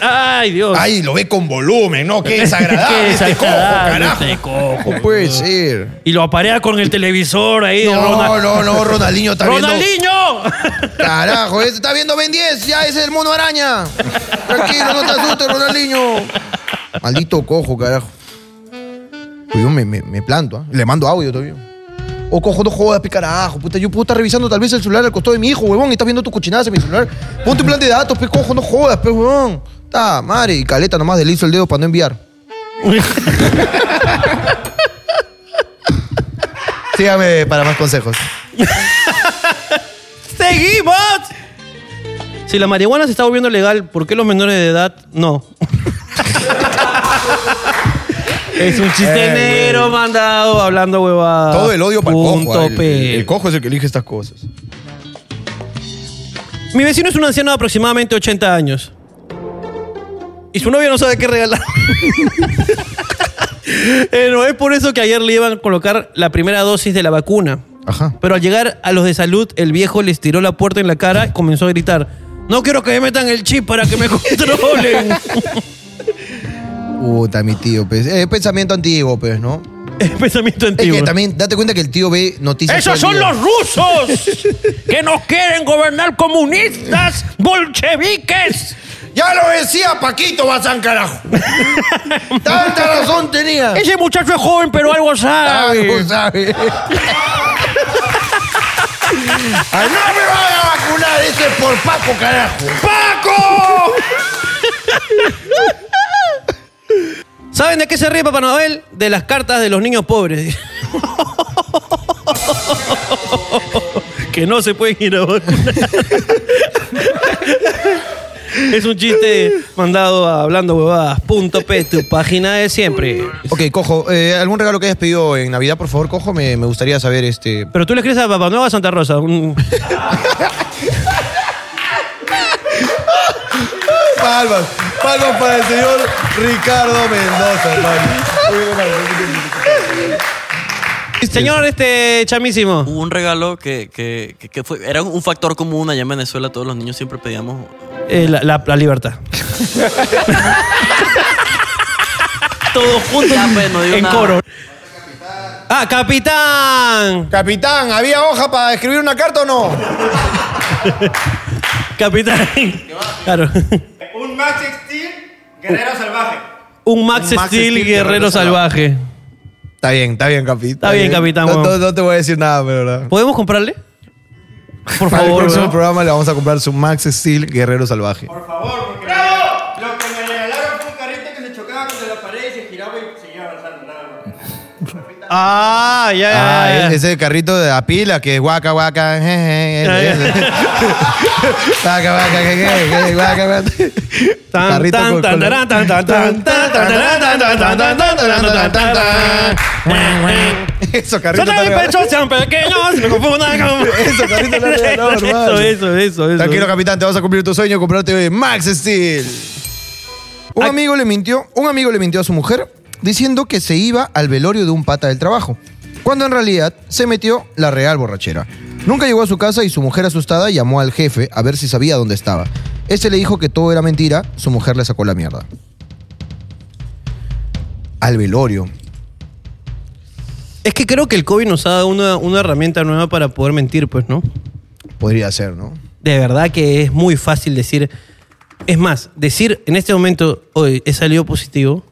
¡Ay, Dios! Ay, lo ve con volumen, ¿no? Qué desagradable <laughs> Qué este cojo, desagradable carajo. este cojo. No puede ser. Y lo aparea con el televisor ahí. No, Ronald- no, no, Ronaldinho está viendo. ¡Ronaldinho! <laughs> Carajo, ese está viendo Ben 10, ya ese es el mono araña. Tranquilo, no te asustes, Ronaldinho. Maldito cojo, carajo. Pues yo me, me- me planto, ¿ah? le mando audio todavía. O cojo, no jodas, pe, carajo. Puta, yo puedo estar revisando tal vez el celular al costado de mi hijo, huevón, y estás viendo tu cochinadas en mi celular. Ponte un plan de datos, pe, cojo, no jodas, pe, huevón. Ta, madre, y caleta nomás deslizo el dedo para no enviar. <laughs> Sígame para más consejos. ¡Seguimos! Si la marihuana se está volviendo legal, ¿por qué los menores de edad no? <laughs> es un chiste negro mandado hablando huevada. Todo el odio para el cojo. Punto ah, El, P. el cojo es el que elige estas cosas. Mi vecino es un anciano de aproximadamente 80 años. Y su novia no sabe qué regalar. <laughs> Eh, no es por eso que ayer le iban a colocar la primera dosis de la vacuna. Ajá. Pero al llegar a los de salud, el viejo les tiró la puerta en la cara y comenzó a gritar: No quiero que me metan el chip para que me <laughs> controlen. <laughs> Puta, mi tío, pues. Es pensamiento antiguo, pues, ¿no? es pensamiento Es antiguo. que también, date cuenta que el tío ve noticias. ¡Esos todo son el los día. rusos! <laughs> ¡Que nos quieren gobernar comunistas, bolcheviques! Ya lo decía Paquito Bazán, carajo. ¡Tanta <laughs> razón tenía! Ese muchacho es joven, pero algo sabe. Algo sabe. ¡Ay, no me van a vacunar! ¡Ese es por Paco, carajo! ¡Paco! ¿Saben de qué se ríe Papá Noel? De las cartas de los niños pobres. <laughs> que no se pueden ir a vacunar. <laughs> es un chiste mandado a hablando huevadas. Punto P, tu página de siempre. Ok, cojo, eh, ¿algún regalo que hayas pedido en Navidad, por favor, cojo? Me, me gustaría saber este. Pero tú le crees a Papá Noel o a Santa Rosa. <laughs> Un- Palmas, palmas para el señor Ricardo Mendoza, Señor, este chamísimo. Hubo un regalo que, que, que- que fue, era un factor común allá en Venezuela. Todos los niños siempre pedíamos. Eh, la, la- la libertad. Todos juntos. Ya, pues, no digo en nada. coro. Ah, capitán. Capitán, ¿había hoja para escribir una carta o no? Capitán. Claro. Un Max Steel Guerrero Salvaje. Un Max, Un Max Steel, Steel guerrero, guerrero salvaje. Está bien, está bien, capitán. Está bien, capitán, No, weón. no- no te voy a decir nada, pero verdad. ¿Podemos comprarle? Por Para el favor. próximo weón. programa le vamos a comprar su Max Steel Guerrero Salvaje. Por favor, porque lo que me regalaron fue un carrito que se chocaba contra la pared y se giraba y seguía avanzando. Nada más. Ah, ya, Ah, ya, ya. ese ese carrito de la pila que es guaca, guaca, jeje, Ya, ya. ese. <laughs> guaca, guaca, jeje, jeje, guaca, <laughs> guaca. Tan, Carrito tan, con- tan, con- tarán, tan, tan, tan, tan, tan, tarán, tan, tan, tan, tan, tan, tan, tan, tan, tan. Eso, carrito. Son está de mis regalado. pechos, sean pequeños, me confundan con- <laughs> Eso, carrito, está regalado, hermano. <laughs> Eso, eso, eso, eso. Tranquilo, capitán, te vas a cumplir tu sueño, comprarte Max Steel. Un Ay. amigo le mintió, un amigo le mintió a su mujer diciendo que se iba al velorio de un pata del trabajo, cuando en realidad se metió la real borrachera. Nunca llegó a su casa y su mujer asustada llamó al jefe a ver si sabía dónde estaba. Este le dijo que todo era mentira, su mujer le sacó la mierda. Al velorio. Es que creo que el COVID nos ha dado una, una herramienta nueva para poder mentir, pues, ¿no? Podría ser, ¿no? De verdad que es muy fácil decir. Es más, decir en este momento, hoy he salido positivo,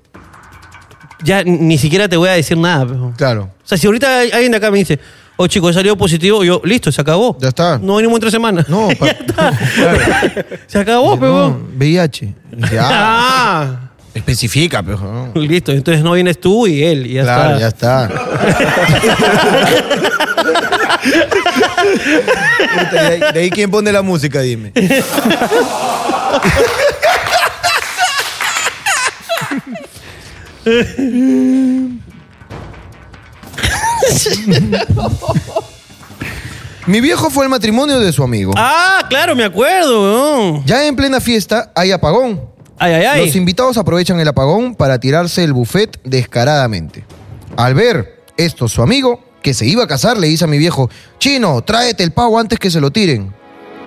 ya ni siquiera te voy a decir nada. pejo. Claro. O sea, si ahorita hay- alguien de acá me dice, oh chico, he salido positivo, yo, listo, se acabó. Ya está. No venimos entre semana. No, ya pa- está. <laughs> se acabó, No, pejo. <laughs> VIH. Ya. Ah, Especifica, pero. ¿no? listo. Entonces no vienes tú y él. y ya Claro, está. ya está. Puta, de, ahí- de ahí quién pone la música, dime. Mi viejo fue al matrimonio de su amigo. Ah, claro, me acuerdo, weón. Ya en plena fiesta hay apagón. Ay, ay, ay. Los invitados aprovechan el apagón para tirarse el buffet descaradamente. Al ver esto, su amigo, que se iba a casar, le dice a mi viejo, chino, tráete el pavo antes que se lo tiren.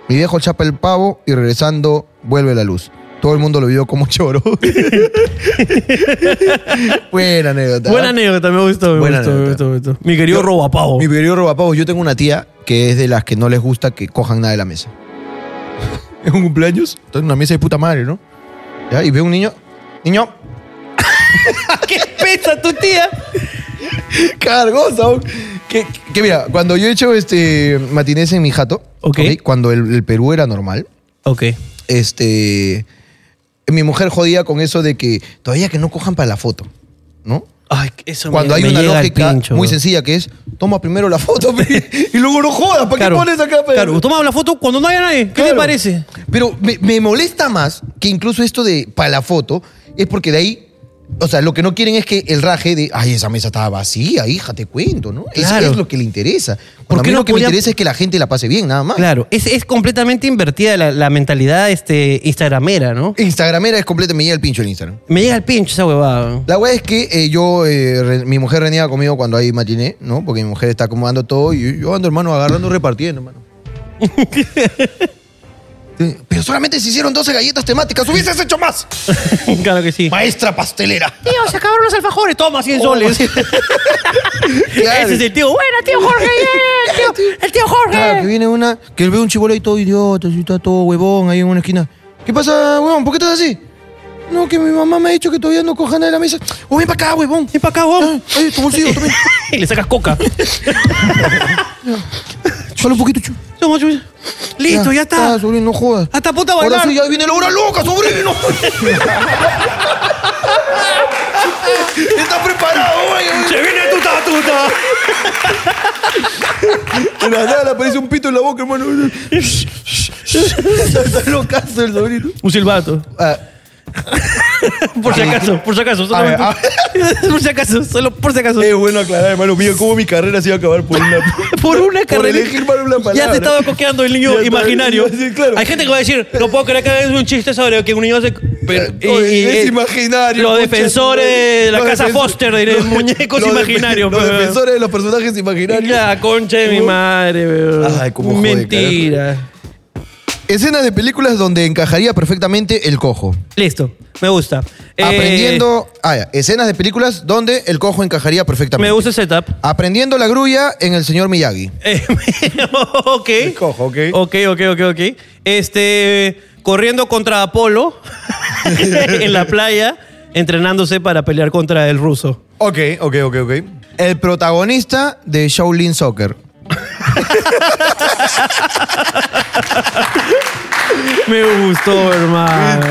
Mi viejo chapa el pavo y regresando vuelve la luz. Todo el mundo lo vio como <laughs> choro. Buena anécdota. Buena anécdota, me gustó, me Buena gustó, me gustó, anécdota. me gustó. Mi querido Robapavo. Mi querido robapavos, yo tengo una tía que es de las que no les gusta que cojan nada de la mesa. <laughs> ¿Es un cumpleaños? Está en una mesa de puta madre, ¿no? Ya, y ve un niño. Niño, ¿Qué pesa tu tía? Cargosa, aún. Que, que mira, cuando yo he hecho este matinés en mi jato, Ok. ok, cuando el, el Perú era normal, Ok. este, mi mujer jodía con eso de que todavía que no cojan para la foto, ¿no? Ay, eso me- Cuando hay me una llega al lógica pincho, muy bro. sencilla que es, toma primero la foto <laughs> pe, y luego no jodas, ¿para Claro, qué pones acá? pe? Claro, toma la foto cuando no haya nadie. ¿Qué te Claro. parece? Pero me, me molesta más que incluso esto de para la foto, es porque de ahí, o sea, lo que no quieren es que el raje de, ay, esa mesa estaba vacía, hija, te cuento, ¿no? Es- Claro. Es, lo que le interesa. ¿Por Porque qué a mí no lo que podía- me interesa es que la gente la pase bien, nada más. Claro, es, es completamente invertida la, la mentalidad este, instagramera, ¿no? Instagramera es completa, me llega el pincho el Instagram. Me llega al pincho esa <laughs> huevada. La weá es que eh, yo, eh, re- mi mujer reniega conmigo cuando hay matiné, ¿no? Porque mi mujer está acomodando todo y yo ando, hermano, agarrando, <laughs> repartiendo, hermano. Sí, Pero solamente se hicieron 12 galletas temáticas. ¡Hubieses hecho más! claro que sí. Maestra pastelera. Tío, se acabaron los alfajores. Toma, 100 soles. Claro. Ese es el tío. Bueno, tío <laughs> Jorge. bien, tío- el tío Claro, que Jorge. viene una, que ve un chibolo ahí todo idiota, así, está todo huevón ahí en una esquina. ¿Qué pasa, huevón? ¿Por qué estás así? No, que mi mamá me ha dicho que todavía no cojan nada de la mesa. O ven para acá, huevón. Ven para acá, vos. Ay, <laughs> tu bolsillo, toma. y le sacas coca. Solo un poquito, chu. Toma, chu- Listo, ya, está. Ah, sobrino, no jodas. Hasta puta a Ahora bailar. sí, ya viene la hora loca, <laughs> sobrino. Está preparado, güey. ¡Se viene tuta, tuta! De la nada le aparece un pito en la <laughs> boca, hermano. Está locazo el sobrino. Un silbato. Ah, <laughs> Por si acaso, por si acaso. A ver, Eh, solamente- <laughs> por si acaso, solo por si acaso. es bueno aclarar, hermano mío, cómo mi carrera se iba a acabar por <laughs> una... Por una carrera. elegir mal una Ya palabra. te estaba coqueando el niño Ya está, imaginario. <laughs> sí, claro. Hay gente que va a decir, no puedo creer que hagas un chiste sobre que un niño hace. Pero- Oye, es eh, imaginario, Los concha, defensores de la los casa defenso- Foster, diré, los- muñecos los defen- imaginarios. Los pero- defensores de los personajes imaginarios. La concha de mi madre, weón. Ay, cómo jode, Mentira. Escenas de películas donde encajaría perfectamente el cojo. Listo, me gusta. Eh, Aprendiendo. Ah, ya, escenas de películas donde el cojo encajaría perfectamente. me gusta el setup. Aprendiendo la grulla en el señor Miyagi. Eh, <laughs> ok. cojo, ok. Ok, ok, ok, ok. Este, corriendo contra Apolo <laughs> en la playa, entrenándose para pelear contra el ruso. Ok, ok, ok, ok. El protagonista de Shaolin Soccer. Me gustó, hermano.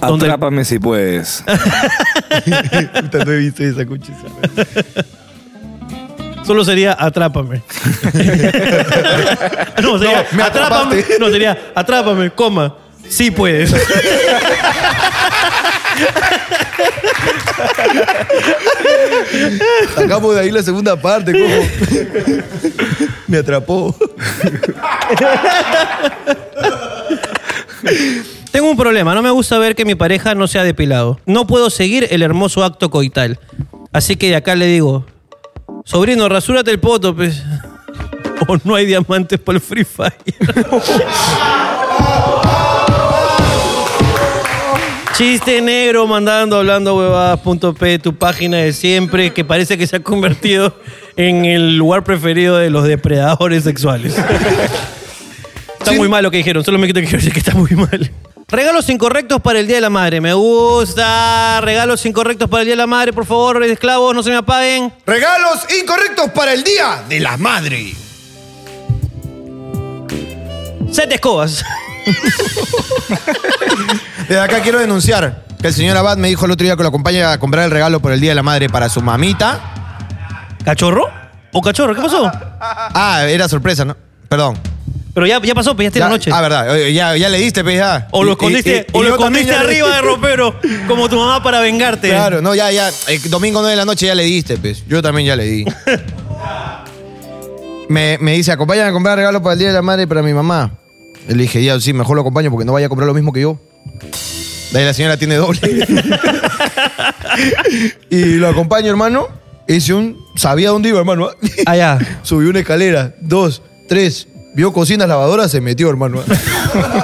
¿Dónde- Atrápame si puedes. Puta, no he visto esa cuchisa. Solo sería <laughs> atrápame. no, sería atrápame. me atrapaste. No, sería atrápame, coma. Sí puedes. Sacamos de ahí la segunda parte, cojo. <laughs> Me atrapó. Tengo un problema, no me gusta ver que mi pareja no se ha depilado. No puedo seguir el hermoso acto coital. Así que de acá le digo, sobrino, rasúrate el poto, pues. <laughs> O no hay diamantes para el Free Fire. <laughs> Chiste negro mandando, hablando huevadas.p, tu página de siempre, que parece que se ha convertido en el lugar preferido de los depredadores sexuales. Está muy mal lo que dijeron, solo me quiero decir que está muy mal. Regalos incorrectos para el Día de la Madre, me gusta. Regalos incorrectos para el Día de la Madre, por favor, esclavos, no se me apaguen. Regalos incorrectos para el día de la madre. Set de escobas. Desde acá quiero denunciar que el señor Abad me dijo el otro día que lo acompaña a comprar el regalo por el Día de la Madre para su mamita. ¿Cachorro? ¿O cachorro? ¿Qué pasó? Ah, era sorpresa, ¿no? Perdón. Pero ya, ya pasó, pues ya está Ya- la noche. Ah, verdad. Oye, Ya, ya le diste, pues ya. O Y- lo y- escondiste, y- o y lo yo también escondiste ya le- arriba de ropero, como tu mamá para vengarte. Claro, no, ya, ya. El domingo 9 de la noche ya le diste, pues. Yo también ya le di. me, me dice, acompáñame a comprar regalo para el Día de la Madre y para mi mamá. Le dije, ya, sí, mejor lo acompaño porque no vaya a comprar lo mismo que yo. De ahí la señora tiene doble. <laughs> y lo acompaño, hermano. Hice un... Sabía dónde iba, hermano. ¿eh? Allá. Subió una escalera, dos, tres. Vio cocinas lavadoras, se <laughs> metió, hermano.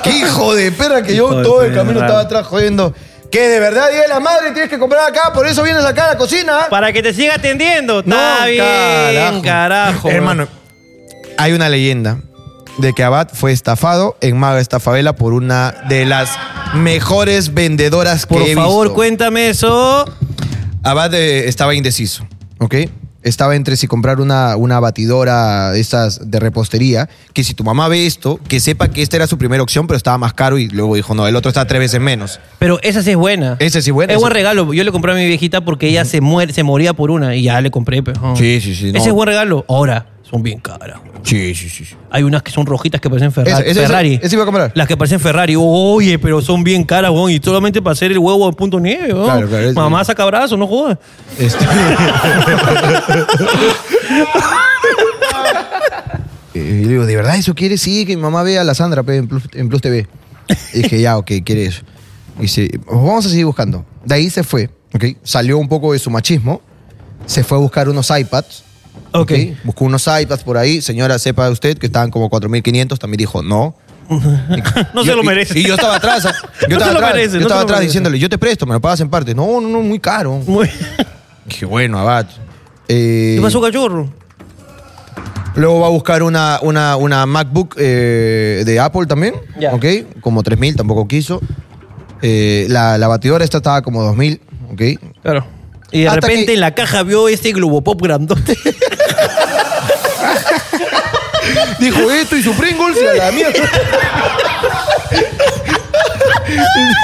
¡Qué hijo de perra que yo Hijo de todo el perra. camino estaba atrás jodiendo! Que de verdad, día de la madre, tienes que comprar acá, por eso vienes acá a la cocina. Para que te siga atendiendo. Está No, bien, carajo. carajo. Hermano, hay una leyenda de que Abad fue estafado en Maga Estafabela por una de las mejores vendedoras Por que he favor, visto. cuéntame eso. Abad eh, estaba indeciso, ¿ok? estaba entre si comprar una, una batidora de estas de repostería, que si tu mamá ve esto, que sepa que esta era su primera opción, pero estaba más caro y luego dijo, no, el otro está tres veces menos. Pero esa sí es buena. Esa sí es buena, Es buen esa- regalo. Yo le compré a mi viejita porque ella se muere, se moría por una y ya le compré. pues, ah. Sí, sí, sí, no. Ese es buen regalo. Ahora, son bien caras. güey. Sí, sí, sí. Hay unas que son rojitas que parecen Ferrari. Esa- esa- esa- Ferrari. esa iba a comprar. Las que parecen Ferrari. Oye, pero son bien caras, weón. Y solamente para hacer el huevo en punto nieve, weón. Claro, claro, es- Mamá saca brazo, no jodas. Este- Eh, yo digo, ¿de verdad eso quiere? Sí, que mi mamá vea a la Sandra pe, en Plus, en Plus TV. Y dije, ya, ok, quiere eso. Y dice, vamos a seguir buscando. De ahí se fue, ok. Salió un poco de su machismo. Se fue a buscar unos iPads. Ok. Buscó unos iPads por ahí. Señora, sepa usted que estaban como 4.500. También dijo, no. <laughs> No Yo- se lo y- merece. Y, yo <laughs> estaba atrás. ¿ah? Yo No estaba se lo atrás, merece, yo no estaba se lo atrás merece. diciéndole, yo te presto, me lo pagas en parte. No, no, no, muy caro. Muy- Dije, bueno, Abad. eh, ¿Qué pasó, cachorro? Luego va a buscar una, una, una MacBook eh, de Apple también. Ya. ¿Ok? Como 3.000, tampoco quiso. Eh, la, la batidora esta estaba como 2.000. ¿Ok? Claro. Y de Hasta repente que- en la caja vio este globopop <laughs> grandote. Dijo esto y su Pringles y a la mierda.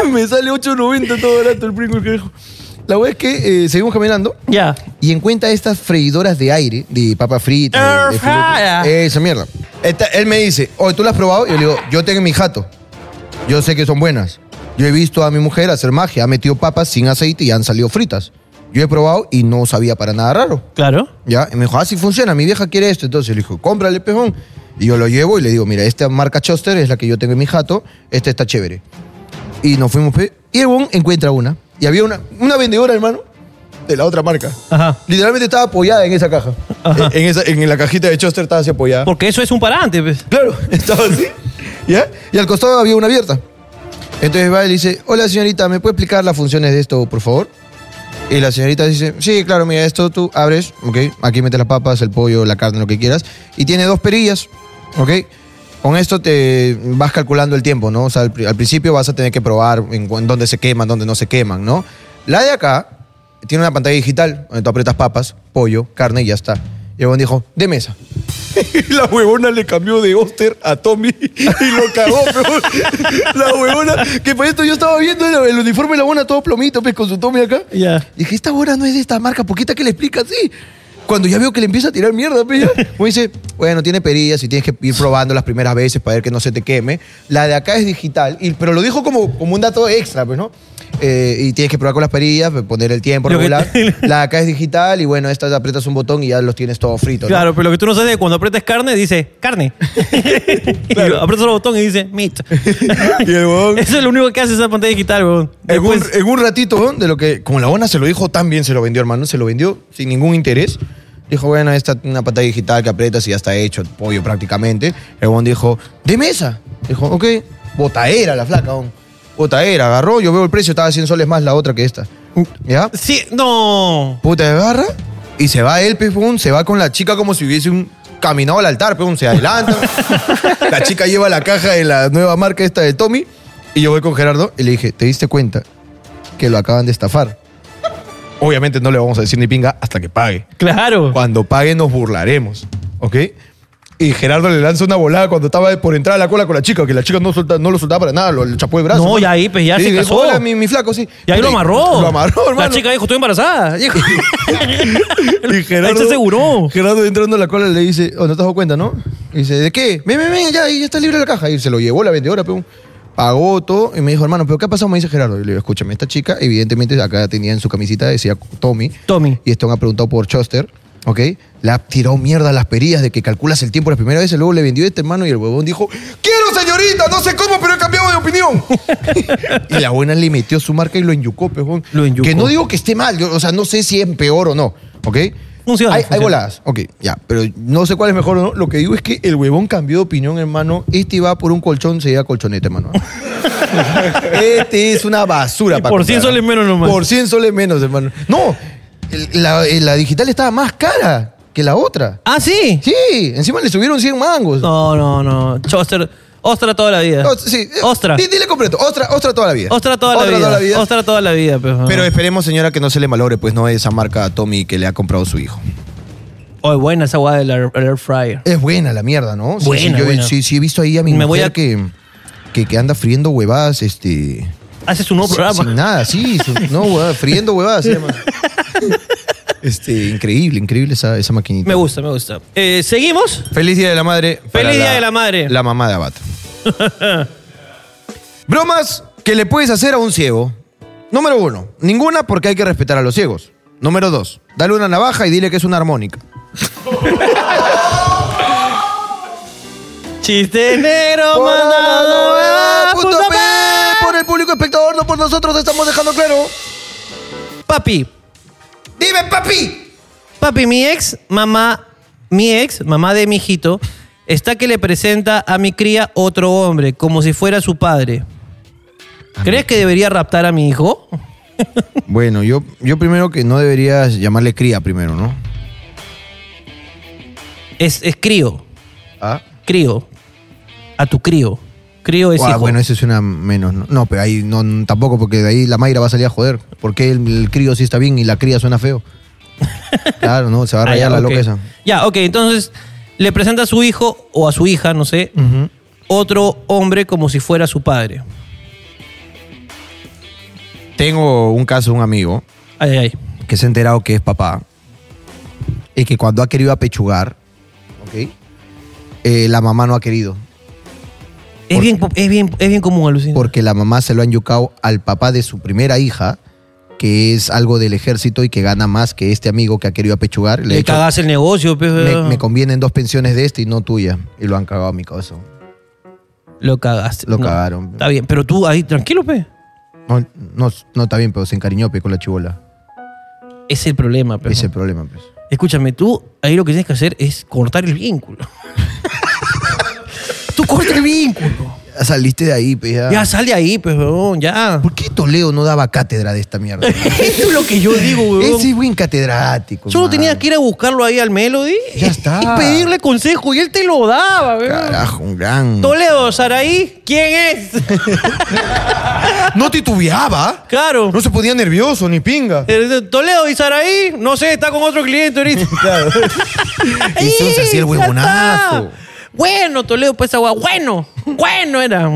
<laughs> Me sale 8.90 todo barato el Pringles que dijo. La verdad es que eh, seguimos caminando. ya. Y encuentra estas freidoras de aire, de papa frita. Air de- de filetes. fryer. Esa mierda. Esta- él me dice, oye, ¿tú las has probado? Yo le digo, yo tengo en mi jato. Yo sé que son buenas. Yo he visto a mi mujer hacer magia. Ha metido papas sin aceite y han salido fritas. Yo he probado y no sabía para nada raro. Claro. ¿Ya? Y me dijo, ah, sí funciona, mi vieja quiere esto. Entonces le dijo, cómprale, pejón. Y yo lo llevo y le digo, mira, esta marca Choster es la que yo tengo en mi jato, esta está chévere. Y nos fuimos, pe- y el huevón encuentra una. Y había una, una vendedora, hermano, de la otra marca. Ajá. Literalmente estaba apoyada en esa caja. Ajá. En, esa- en la cajita de Choster estaba así apoyada. Porque eso es un parante, pues. Claro, <laughs> estaba así. ¿Ya? Y al costado había una abierta. Entonces va y le dice, hola señorita, ¿me puede explicar las funciones de esto, por favor? Y la señorita dice, sí, claro, mira, esto tú abres, ok, aquí metes las papas, el pollo, la carne, lo que quieras, y tiene dos perillas, ok. Con esto te vas calculando el tiempo, ¿no? O sea, al, pri- al principio vas a tener que probar en, cu- en dónde se queman, dónde no se queman, ¿no? La de acá tiene una pantalla digital donde tú aprietas papas, pollo, carne y ya está. Y el huevón dijo, de mesa. Y <laughs> la huevona le cambió de Oster a Tommy y lo cagó, <laughs> pero La huevona, que por esto yo estaba viendo el, el uniforme de la huevona todo plomito, pues, con su Tommy acá. Ya. Y dije, esta hora no es de esta marca, ¿por qué está que le explica así? Cuando ya veo que le empieza a tirar mierda, pues ya. <laughs> Me dice, bueno, tiene perillas y tienes que ir probando las primeras veces para ver que no se te queme. La de acá es digital, y, pero lo dijo como, como un dato extra, pues, ¿no? Eh, y tienes que probar con las perillas, pues, poner el tiempo Lo que- regular. La de acá es digital y bueno, esta aprietas un botón y ya los tienes todo fritos. ¿no? Claro, pero lo que tú no sabes es que cuando aprietas carne, dice carne. Y aprietas el botón y dice meat. <laughs> Y <laughs> el huevón- Eso es lo único que hace esa pantalla digital, weón. En un, Después, en un ratito, weón, de lo que. Como la ONA se lo dijo tan bien, se lo vendió, hermano. Se lo vendió sin ningún interés. Dijo, bueno, esta es una pantalla digital que aprietas y ya está hecho, pollo prácticamente. El weón dijo, de mesa. Dijo, ok, botaera la flaca, weón. Botaera, agarró, yo veo el precio, estaba 100 soles más la otra que esta. ¿Ya? sí, no. Puta de barra. Y se va él, pues, weón, se va con la chica como si hubiese un caminado al altar, pues, weón, <laughs> se adelanta. la chica lleva la caja de la nueva marca esta de Tommy. Y yo voy con Gerardo y le dije, ¿te diste cuenta que lo acaban de estafar? Obviamente no le vamos a decir ni pinga hasta que pague. Claro. Cuando pague nos burlaremos, ¿ok? Y Gerardo le lanza una volada cuando estaba por entrar a la cola con la chica, que la chica no, solta- no lo soltaba para nada, lo, le chapó el brazo. No, ya ahí, pues, ya se dijo, casó. Hola, mi, mi flaco, sí. Y ahí lo amarró. Lo amarró, hermano. La chica dijo, estoy embarazada. Dijo, <laughs> Y Gerardo, Ahí se aseguró. Gerardo entrando a la cola le dice, oh, no te has dado cuenta, ¿no? Y dice, ¿de qué? Ven, ven, ven, ya, y ya está libre la caja. Y se lo llevó la vendedora, peón. Pagó todo y me dijo, hermano, ¿pero qué ha pasado? Me dice Gerardo. Y le digo, escúchame, esta chica, evidentemente, acá tenía en su camisita, decía Tommy. Tommy. Y esto me ha preguntado por Choster, ¿ok? La tiró mierda a las perillas de que calculas el tiempo la primera vez, y luego le vendió este hermano y el huevón dijo, quiero señorita, no sé cómo, pero he cambiado <laughs> de opinión. y la buena le metió su marca y lo enyucó, pejón. Lo enyucó. Que no digo que esté mal, yo, o sea, no sé si es peor o no, ¿ok? Funciona, Hay, hay funciona. voladas, ok, ya. Pero no sé cuál es mejor o no. Lo que digo es que el huevón cambió de opinión, hermano. Este iba por un colchón, se iba a <laughs> colchoneta, hermano. este es una basura. Y pa' por comprar. 100 soles menos nomás. Por 100 soles menos, hermano. No, el- la, eh, la digital estaba más cara que la otra. ah, sí. Sí, encima le subieron 100 mangos. No, no, no. Choster, ostra toda la vida. No, sí, eh, Ostra. di- Dile completo. Ostra, ostra toda la vida. Ostra toda la vida. Ostra toda la vida, pues, Pero ajá. esperemos, señora, que no se le malore, pues no esa marca Tommy que le ha comprado su hijo. Oh, buena esa guada del air, el air fryer. Es buena la mierda, ¿no? Sí, Buena, sí, yo buena. Sí, sí, he visto ahí a mi Me voy mujer a- que, que, que anda friendo huevadas, este. Haces un nuevo sin- programa. Sin nada, sí. su- no, huevada, friendo huevadas se llama. Este, increíble, increíble esa, esa maquinita. Me gusta, me gusta. Eh, Seguimos. Feliz Día de la Madre. para Día de la Madre. La mamá de Abad. <laughs> Bromas que le puedes hacer a un ciego. Número uno, ninguna porque hay que respetar a los ciegos. Número dos, dale una navaja y dile que es una armónica. Chiste negro mandado a Punto puta P, por el público espectador, no por nosotros, estamos dejando claro. pa- Papi, Dime, papi. papi, mi ex mamá, mi ex mamá de mi hijito, está que le presenta a mi cría otro hombre, como si fuera su padre. Ah, ¿Crees que debería raptar a mi hijo? Bueno, yo, yo primero que no deberías llamarle cría primero, ¿no? Es, es crío, Ah, crío. A tu crío. Crío es Ah, hijo. bueno, eso suena menos. ¿no? No, pero ahí no, n- tampoco, porque de ahí la Mayra va a salir a joder. Porque el, el crío sí está bien y la cría suena <laughs> feo. Claro, no, se va a Ah, ya, rayar la ok. loca esa. Ya, ok, entonces le presenta a su hijo o a su hija, no sé, otro hombre como si fuera su padre. Tengo un caso de un amigo Ay, ay, ay. que se ha enterado que es papá y que cuando ha querido apechugar, ¿ok? Eh, la mamá no ha querido. Es Por- bien, po- es, bien, es bien común, alucina. Porque la mamá se lo ha yucado al papá de su primera hija, que es algo del ejército y que gana más que este amigo que ha querido apechugar. Le ha Le dicho, cagas el negocio, pe- me, me convienen dos pensiones de este y no tuya. Y lo han cagado a mi caso. Lo cagaste. Lo cagaron. Está bien, pero tú ahí, tranquilo, pe. No, no, no está bien, pero se encariñó pe, con la chibola. Es el problema, pe. Ese es el problema. pues. Escúchame, tú ahí lo que tienes que hacer es cortar el vínculo. <laughs> tú corta el vínculo. Ya saliste de ahí, pues, ya. Ya sal de ahí, pues, weón, ya. <laughs> ¿Por qué Toledo no daba cátedra de esta <laughs> mierda? Eso es lo que yo digo, weón. Ese es buen catedrático. Solo man. tenía que ir a buscarlo ahí al Melody Ya está. y pedirle consejo y él te lo daba, weón. Carajo, un gran. Toledo, Saraí, ¿quién <laughs> es? No titubeaba. claro. No se ponía nervioso ni pinga. Eh, Toledo y Saraí, no sé, está con otro cliente <laughs> ahorita. Eso <laughs> se hacía el Ya está. huevonazo. Bueno, Toledo, pues agua. Bueno, bueno era.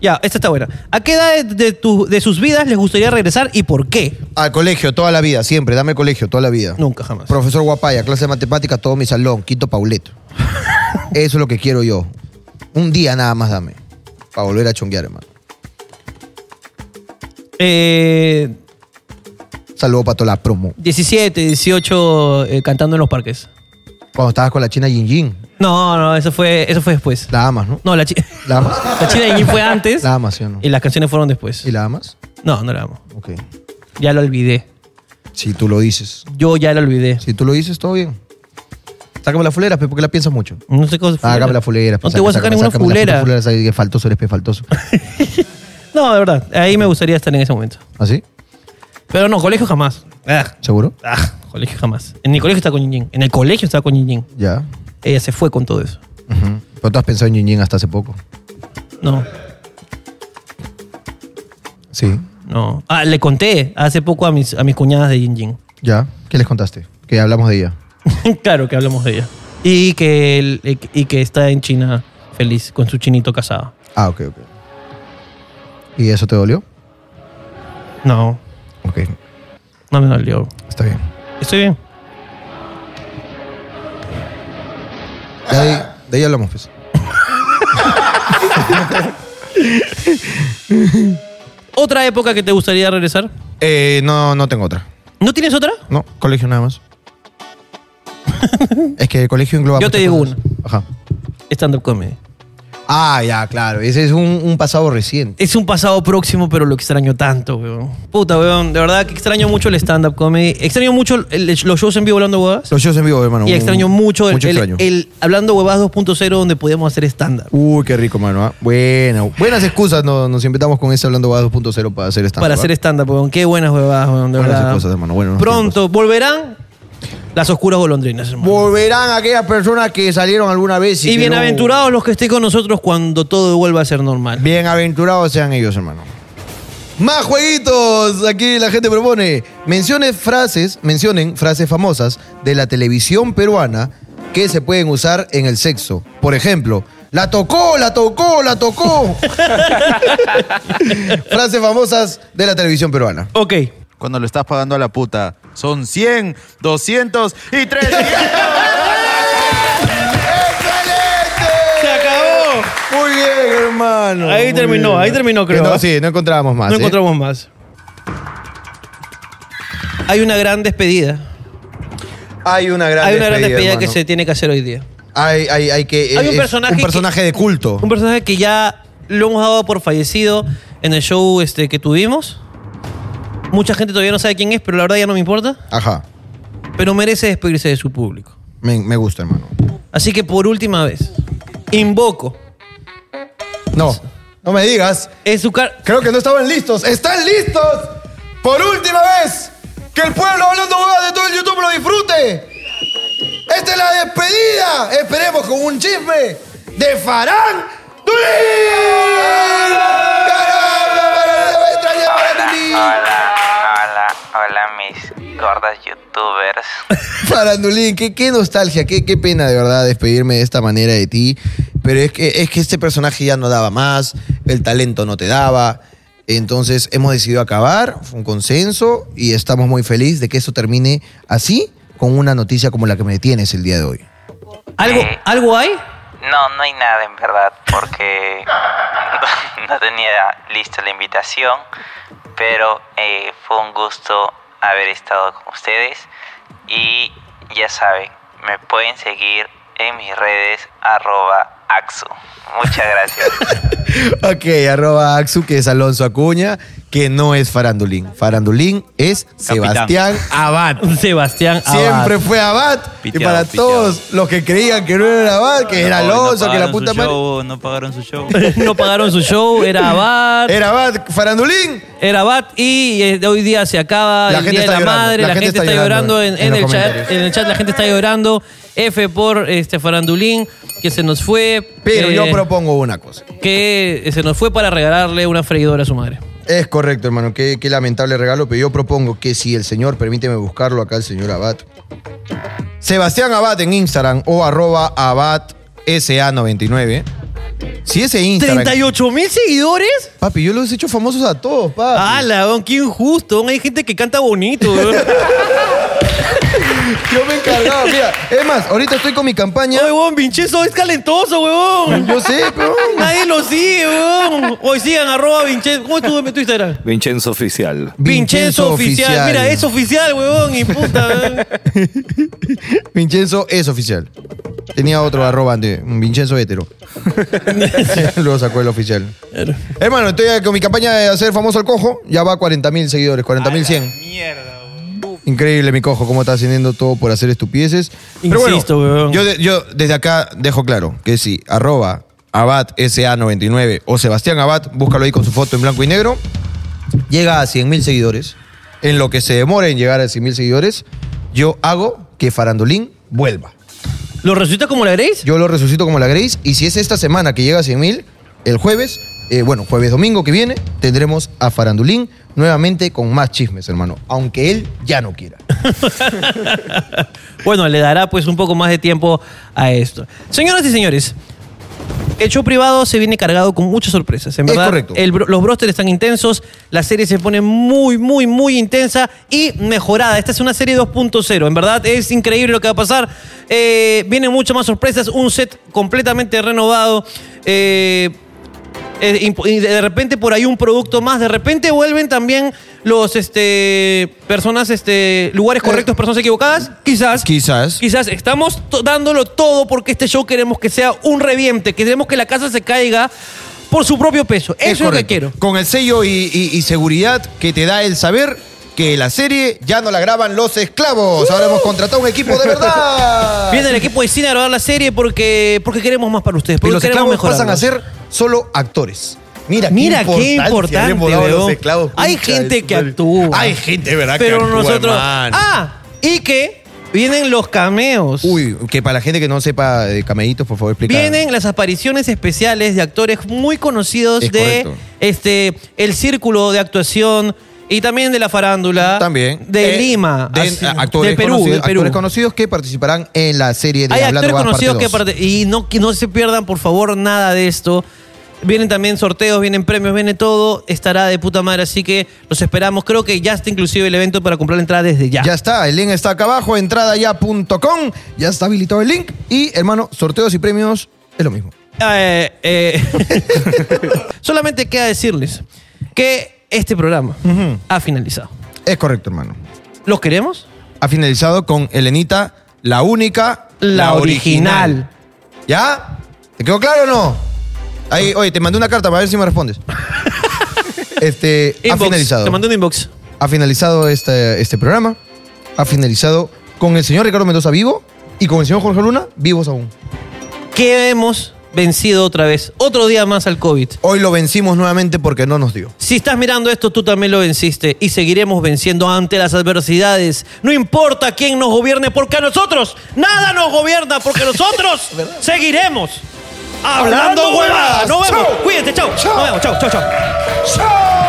Ya, esta está buena. ¿A qué edad de, de tu- de sus vidas les gustaría regresar y por qué? Al colegio, toda la vida, siempre. Dame colegio, toda la vida. Nunca, jamás. Profesor Guapaya, clase de matemáticas, todo mi salón, Quito <laughs> Pauleto. Eso es lo que quiero yo. Un día nada más dame. Para volver a chonguear, hermano. Eh, Saludo para toda la promo. 17, 18, eh, cantando en los parques. Cuando estabas con la china Yin Yin. No, no, eso fue, eso fue después. La amas, ¿no? no, la, chi- <laughs> La amas. la China de Ñi fue antes La amas, ¿sí o no? y las canciones fueron después. ¿Y la amas? No, no la amo. Ok. Ya lo olvidé. Si tú lo dices. Yo ya lo olvidé. Si tú lo dices, todo bien. Sácame la fulera, pe, porque la piensas mucho. No sé cómo Sácame la fulera. pe, No te voy a sacar sácame, ninguna sácame la puta fulera. fulera, sabes que faltoso eres, pe, faltoso. No, de verdad. Ahí me gustaría estar en ese momento. ¿Así? Pero no, colegio jamás. <laughs> Ah, ¿Ah, ¿Seguro? ah, colegio jamás. En el colegio estaba con Yin. En el colegio estaba con Yin. Ya. Ella se fue con todo eso. Ujú. Pero tú has pensado en Yin Yin hasta hace poco. No, Sí. no. Ah, le conté hace poco a mis, a mis cuñadas de Yin Yin. Ya. ¿Qué les contaste? Que hablamos de ella. <laughs> claro que hablamos de ella. Y que, el- eh, y que está en China feliz con su chinito casado. Ah, ok, ok. ¿Y eso te dolió? No, Ok. no me dolió. Está bien. Estoy bien. De ahí, de ahí hablamos, pues. ¿Otra época que te gustaría regresar? Eh, no, no tengo otra. ¿No tienes otra? No, colegio nada más. es que el colegio engloba. Yo te muchas digo cosas. Ajá. Stand-up comedy. Ah, ya, claro. Ese es un, un pasado reciente. Es un pasado próximo, pero lo extraño tanto, weón. Puta, weón. De verdad que extraño mucho el stand-up comedy. Extraño mucho el- los shows en vivo hablando huevadas. Los shows en vivo, hermano. Y extraño mucho, el, Mucho el- extraño. el hablando huevadas 2.0 donde podíamos hacer stand-up. Uy, qué rico, mano. ¿ah? Bueno, buenas excusas no- nos inventamos con ese hablando va 2.0 para hacer esta. Para hacer este- stand-up, weón. Qué buenas huevadas, weón. De Buenas verdad. cosas, hermano. Bueno, nos Pronto volverán las oscuras golondrinas, hermano. Volverán aquellas personas que salieron alguna vez y, y que bienaventurados los que estén con nosotros cuando todo vuelva a ser normal. no- Bienaventurados sean ellos, hermano. Más jueguitos. Aquí la gente propone. Mencionen frases, mencionen frases famosas de la televisión peruana que se pueden usar en el sexo. Por ejemplo, la tocó, la tocó, la tocó. <laughs> frases famosas de la televisión peruana. Ok. Cuando lo estás pagando a la puta, son 100, 200 y 300. Se acabó. Muy bien, hermano. Ahí Muy terminó, ahí terminó, creo, Eh, No, ¿eh? sí, no encontrábamos más. no ¿eh? encontramos más. Hay una gran despedida. Hay una gran Hay una gran despedida que hermano. se tiene que hacer hoy día. Hay, hay, hay que. Hay un es personaje Un que- personaje de culto. Un personaje que ya lo hemos dado por fallecido en el show este, que tuvimos. Mucha gente todavía no sabe quién es, pero la verdad ya no me importa. Ajá. Pero merece despedirse de su público. Me, me gusta, hermano. Así que por última vez, invoco. No, no me digas. En su car- Creo que no estaban listos. ¡Están listos! Por última vez, que el pueblo hablando huevadas de todo el YouTube lo disfrute. Esta es la despedida. Esperemos con un chisme de Farán Durín. Hola, hola mis gordas youtubers. Farandulín, qué, qué nostalgia, qué, qué pena de verdad despedirme de esta manera de ti. Pero es que, es que este personaje ya no daba más, el talento no te daba. Entonces hemos decidido acabar, fue un consenso y estamos muy felices de que esto termine así, con una noticia como la que me tienes el día de hoy. ¿Algo, Eh. ¿Algo hay? No, no hay nada en verdad, porque <laughs> no, no tenía lista la invitación, pero eh, fue un gusto haber estado con ustedes y ya saben, me pueden seguir en mis redes arroba axu. Muchas gracias. Ok, arroba Axu, que es Alonso Acuña, que no es Farandulín. Farandulín es Sebastián Abad. Sebastián Abad. Siempre fue Abad. y Piteado, para piteado. todos los que creían que no era Abad, que era No, no Alonso, que la pagaron puta su madre. show, no pagaron su show. no pagaron su show, era Abad. Era Abad, Farandulín. Era Bat y eh, hoy día se acaba La el gente Día de está la llorando, Madre, la, gente, está, llorando en, en los el chat, comentarios. en el chat la gente está llorando, F por este Farandulín, que se nos fue, Pero eh, yo propongo una cosa. que eh, se nos fue para regalarle una freidora a su madre. Es correcto, hermano. Qué, qué lamentable regalo, pero yo propongo que si el señor, permíteme buscarlo acá, el señor Abad. Sebastián Abad en Instagram o arroba Abad SA99. Si ese Instagram. 38 mil seguidores. Papi, yo los he hecho famosos a todos, papi. ¡Hala, weón, qué injusto! weón. Hay gente que canta bonito. <laughs> weón. Yo me he encargado, mira. Es más, ahorita estoy con mi campaña. Oye, weón, Vincenzo es calentoso, weón. Yo sé, pero. Nadie lo sigue, weón. Hoy sigan arroba Vincenzo. ¿Cómo estuvo en tu Instagram? Vincenzo Oficial. Vincenzo oficial. Mira, es oficial, weón. Y puta, weón. Vincenzo es oficial. Tenía otro arroba antes, un Vincenzo hetero. Luego sacó el oficial. Hermano, estoy con mi campaña de hacer famoso al cojo. Ya va a 40 mil seguidores, 40 mil 100. Increíble, mi cojo, cómo está ascendiendo todo por hacer estupideces. Insisto, weón. yo, de- yo desde acá dejo claro que si arroba abad SA99 o Sebastián Abad, búscalo ahí con su foto en blanco y negro, llega a 100 mil seguidores. En lo que se demore en llegar a 100 mil seguidores, yo hago que Farandolín vuelva. ¿Lo resucitas como la Grace? Yo lo resucito como la Grace. Y si es esta semana que llega a 100 mil, el jueves, eh, bueno, jueves domingo que viene, tendremos a Farandulín nuevamente con más chismes, hermano. Aunque él ya no quiera. Bueno, le dará pues un poco más de tiempo a esto. Señoras y señores, el show privado se viene cargado con muchas sorpresas, en Es verdad. correcto. el bro- los brosters están intensos, la serie se pone muy, muy, muy intensa y mejorada. Esta es una serie 2.0, en verdad es increíble lo que va a pasar. Eh, vienen muchas más sorpresas, un set completamente renovado. Eh, eh, imp- y de repente por ahí un producto más. De repente vuelven también los este personas, este lugares correctos, personas equivocadas. Quizás. Eh, Quizás. Quizás estamos to- dándolo todo porque este show queremos que sea un reviente. Queremos que la casa se caiga por su propio peso. Eso es, lo que correcto. quiero. Con el sello y, y- y seguridad que te da el saber que la serie ya no la graban los esclavos. Ahora hemos contratado un equipo de <laughs> verdad. Viene el equipo de cine a grabar la serie porque, porque queremos más para ustedes. y Porque los queremos esclavos pasan mejorarlos. a ser solo actores. Mira, Mira qué importancia importante, le hemos dado a los weón. esclavos. Hay Pucha, gente es- que actúa. Hay gente, ¿verdad? que Pero actúa, nosotros. hermano. Ah, y que Vienen los cameos. Uy, que para la gente que no sepa de cameitos, por favor, explica. Vienen las apariciones especiales de actores muy conocidos Es de correcto. este el círculo de actuación y también de la farándula. También. De Eh, Lima. de- así- actores, de Perú, conocidos, del Perú. actores conocidos que participarán en la serie de Hay Hablando actores Huevadas, conocidos parte que dos. parte- y no, que no se pierdan, por favor, nada de esto. Vienen también sorteos, vienen premios, viene todo. Estará de puta madre, así que los esperamos. Creo que ya está inclusive el evento para comprar la entrada desde ya. Ya está, el link está acá abajo, entradaya.com, ya está habilitado el link y hermano, sorteos y premios es lo mismo. Eh, eh, <laughs> solamente queda decirles que este programa ha finalizado. Es correcto, hermano. ¿Los queremos? Ha finalizado con Elenita, la única, La original. ¿Ya? ¿Te quedó claro o no? Ahí, oye, te mandé una carta para ver si <laughs> me respondes. este, ha Inbox. Te finalizado. mandé un inbox. Ha finalizado este, este programa. Ha finalizado con el señor Ricardo Mendoza vivo y con el señor Jorge Luna vivos aún. Que hemos vencido otra vez, otro día más al COVID. Hoy lo vencimos nuevamente porque no nos dio. Si estás mirando esto, tú también lo venciste y seguiremos venciendo ante las adversidades. No importa quién nos gobierne, porque a nosotros nada nos gobierna, porque <laughs> nosotros seguiremos hablando Hablando huevadas. huevadas. Nos vemos. Chau. Cuídense, chao. Nos vemos, chao, chao, chao.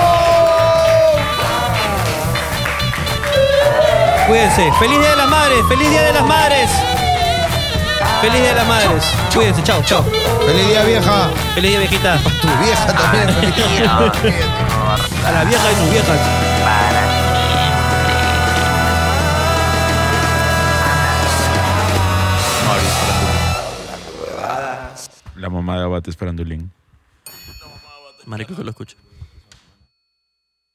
Cuídense. Feliz Día de las Madres. Feliz Día de las Madres. Feliz Día de las Madres. Cuídense. Chao, chao. Feliz día, vieja. Feliz día, viejita. Tu vieja también. A la vieja y sus viejas. La mamá de Abate esperando el link. Marico, que lo escucho.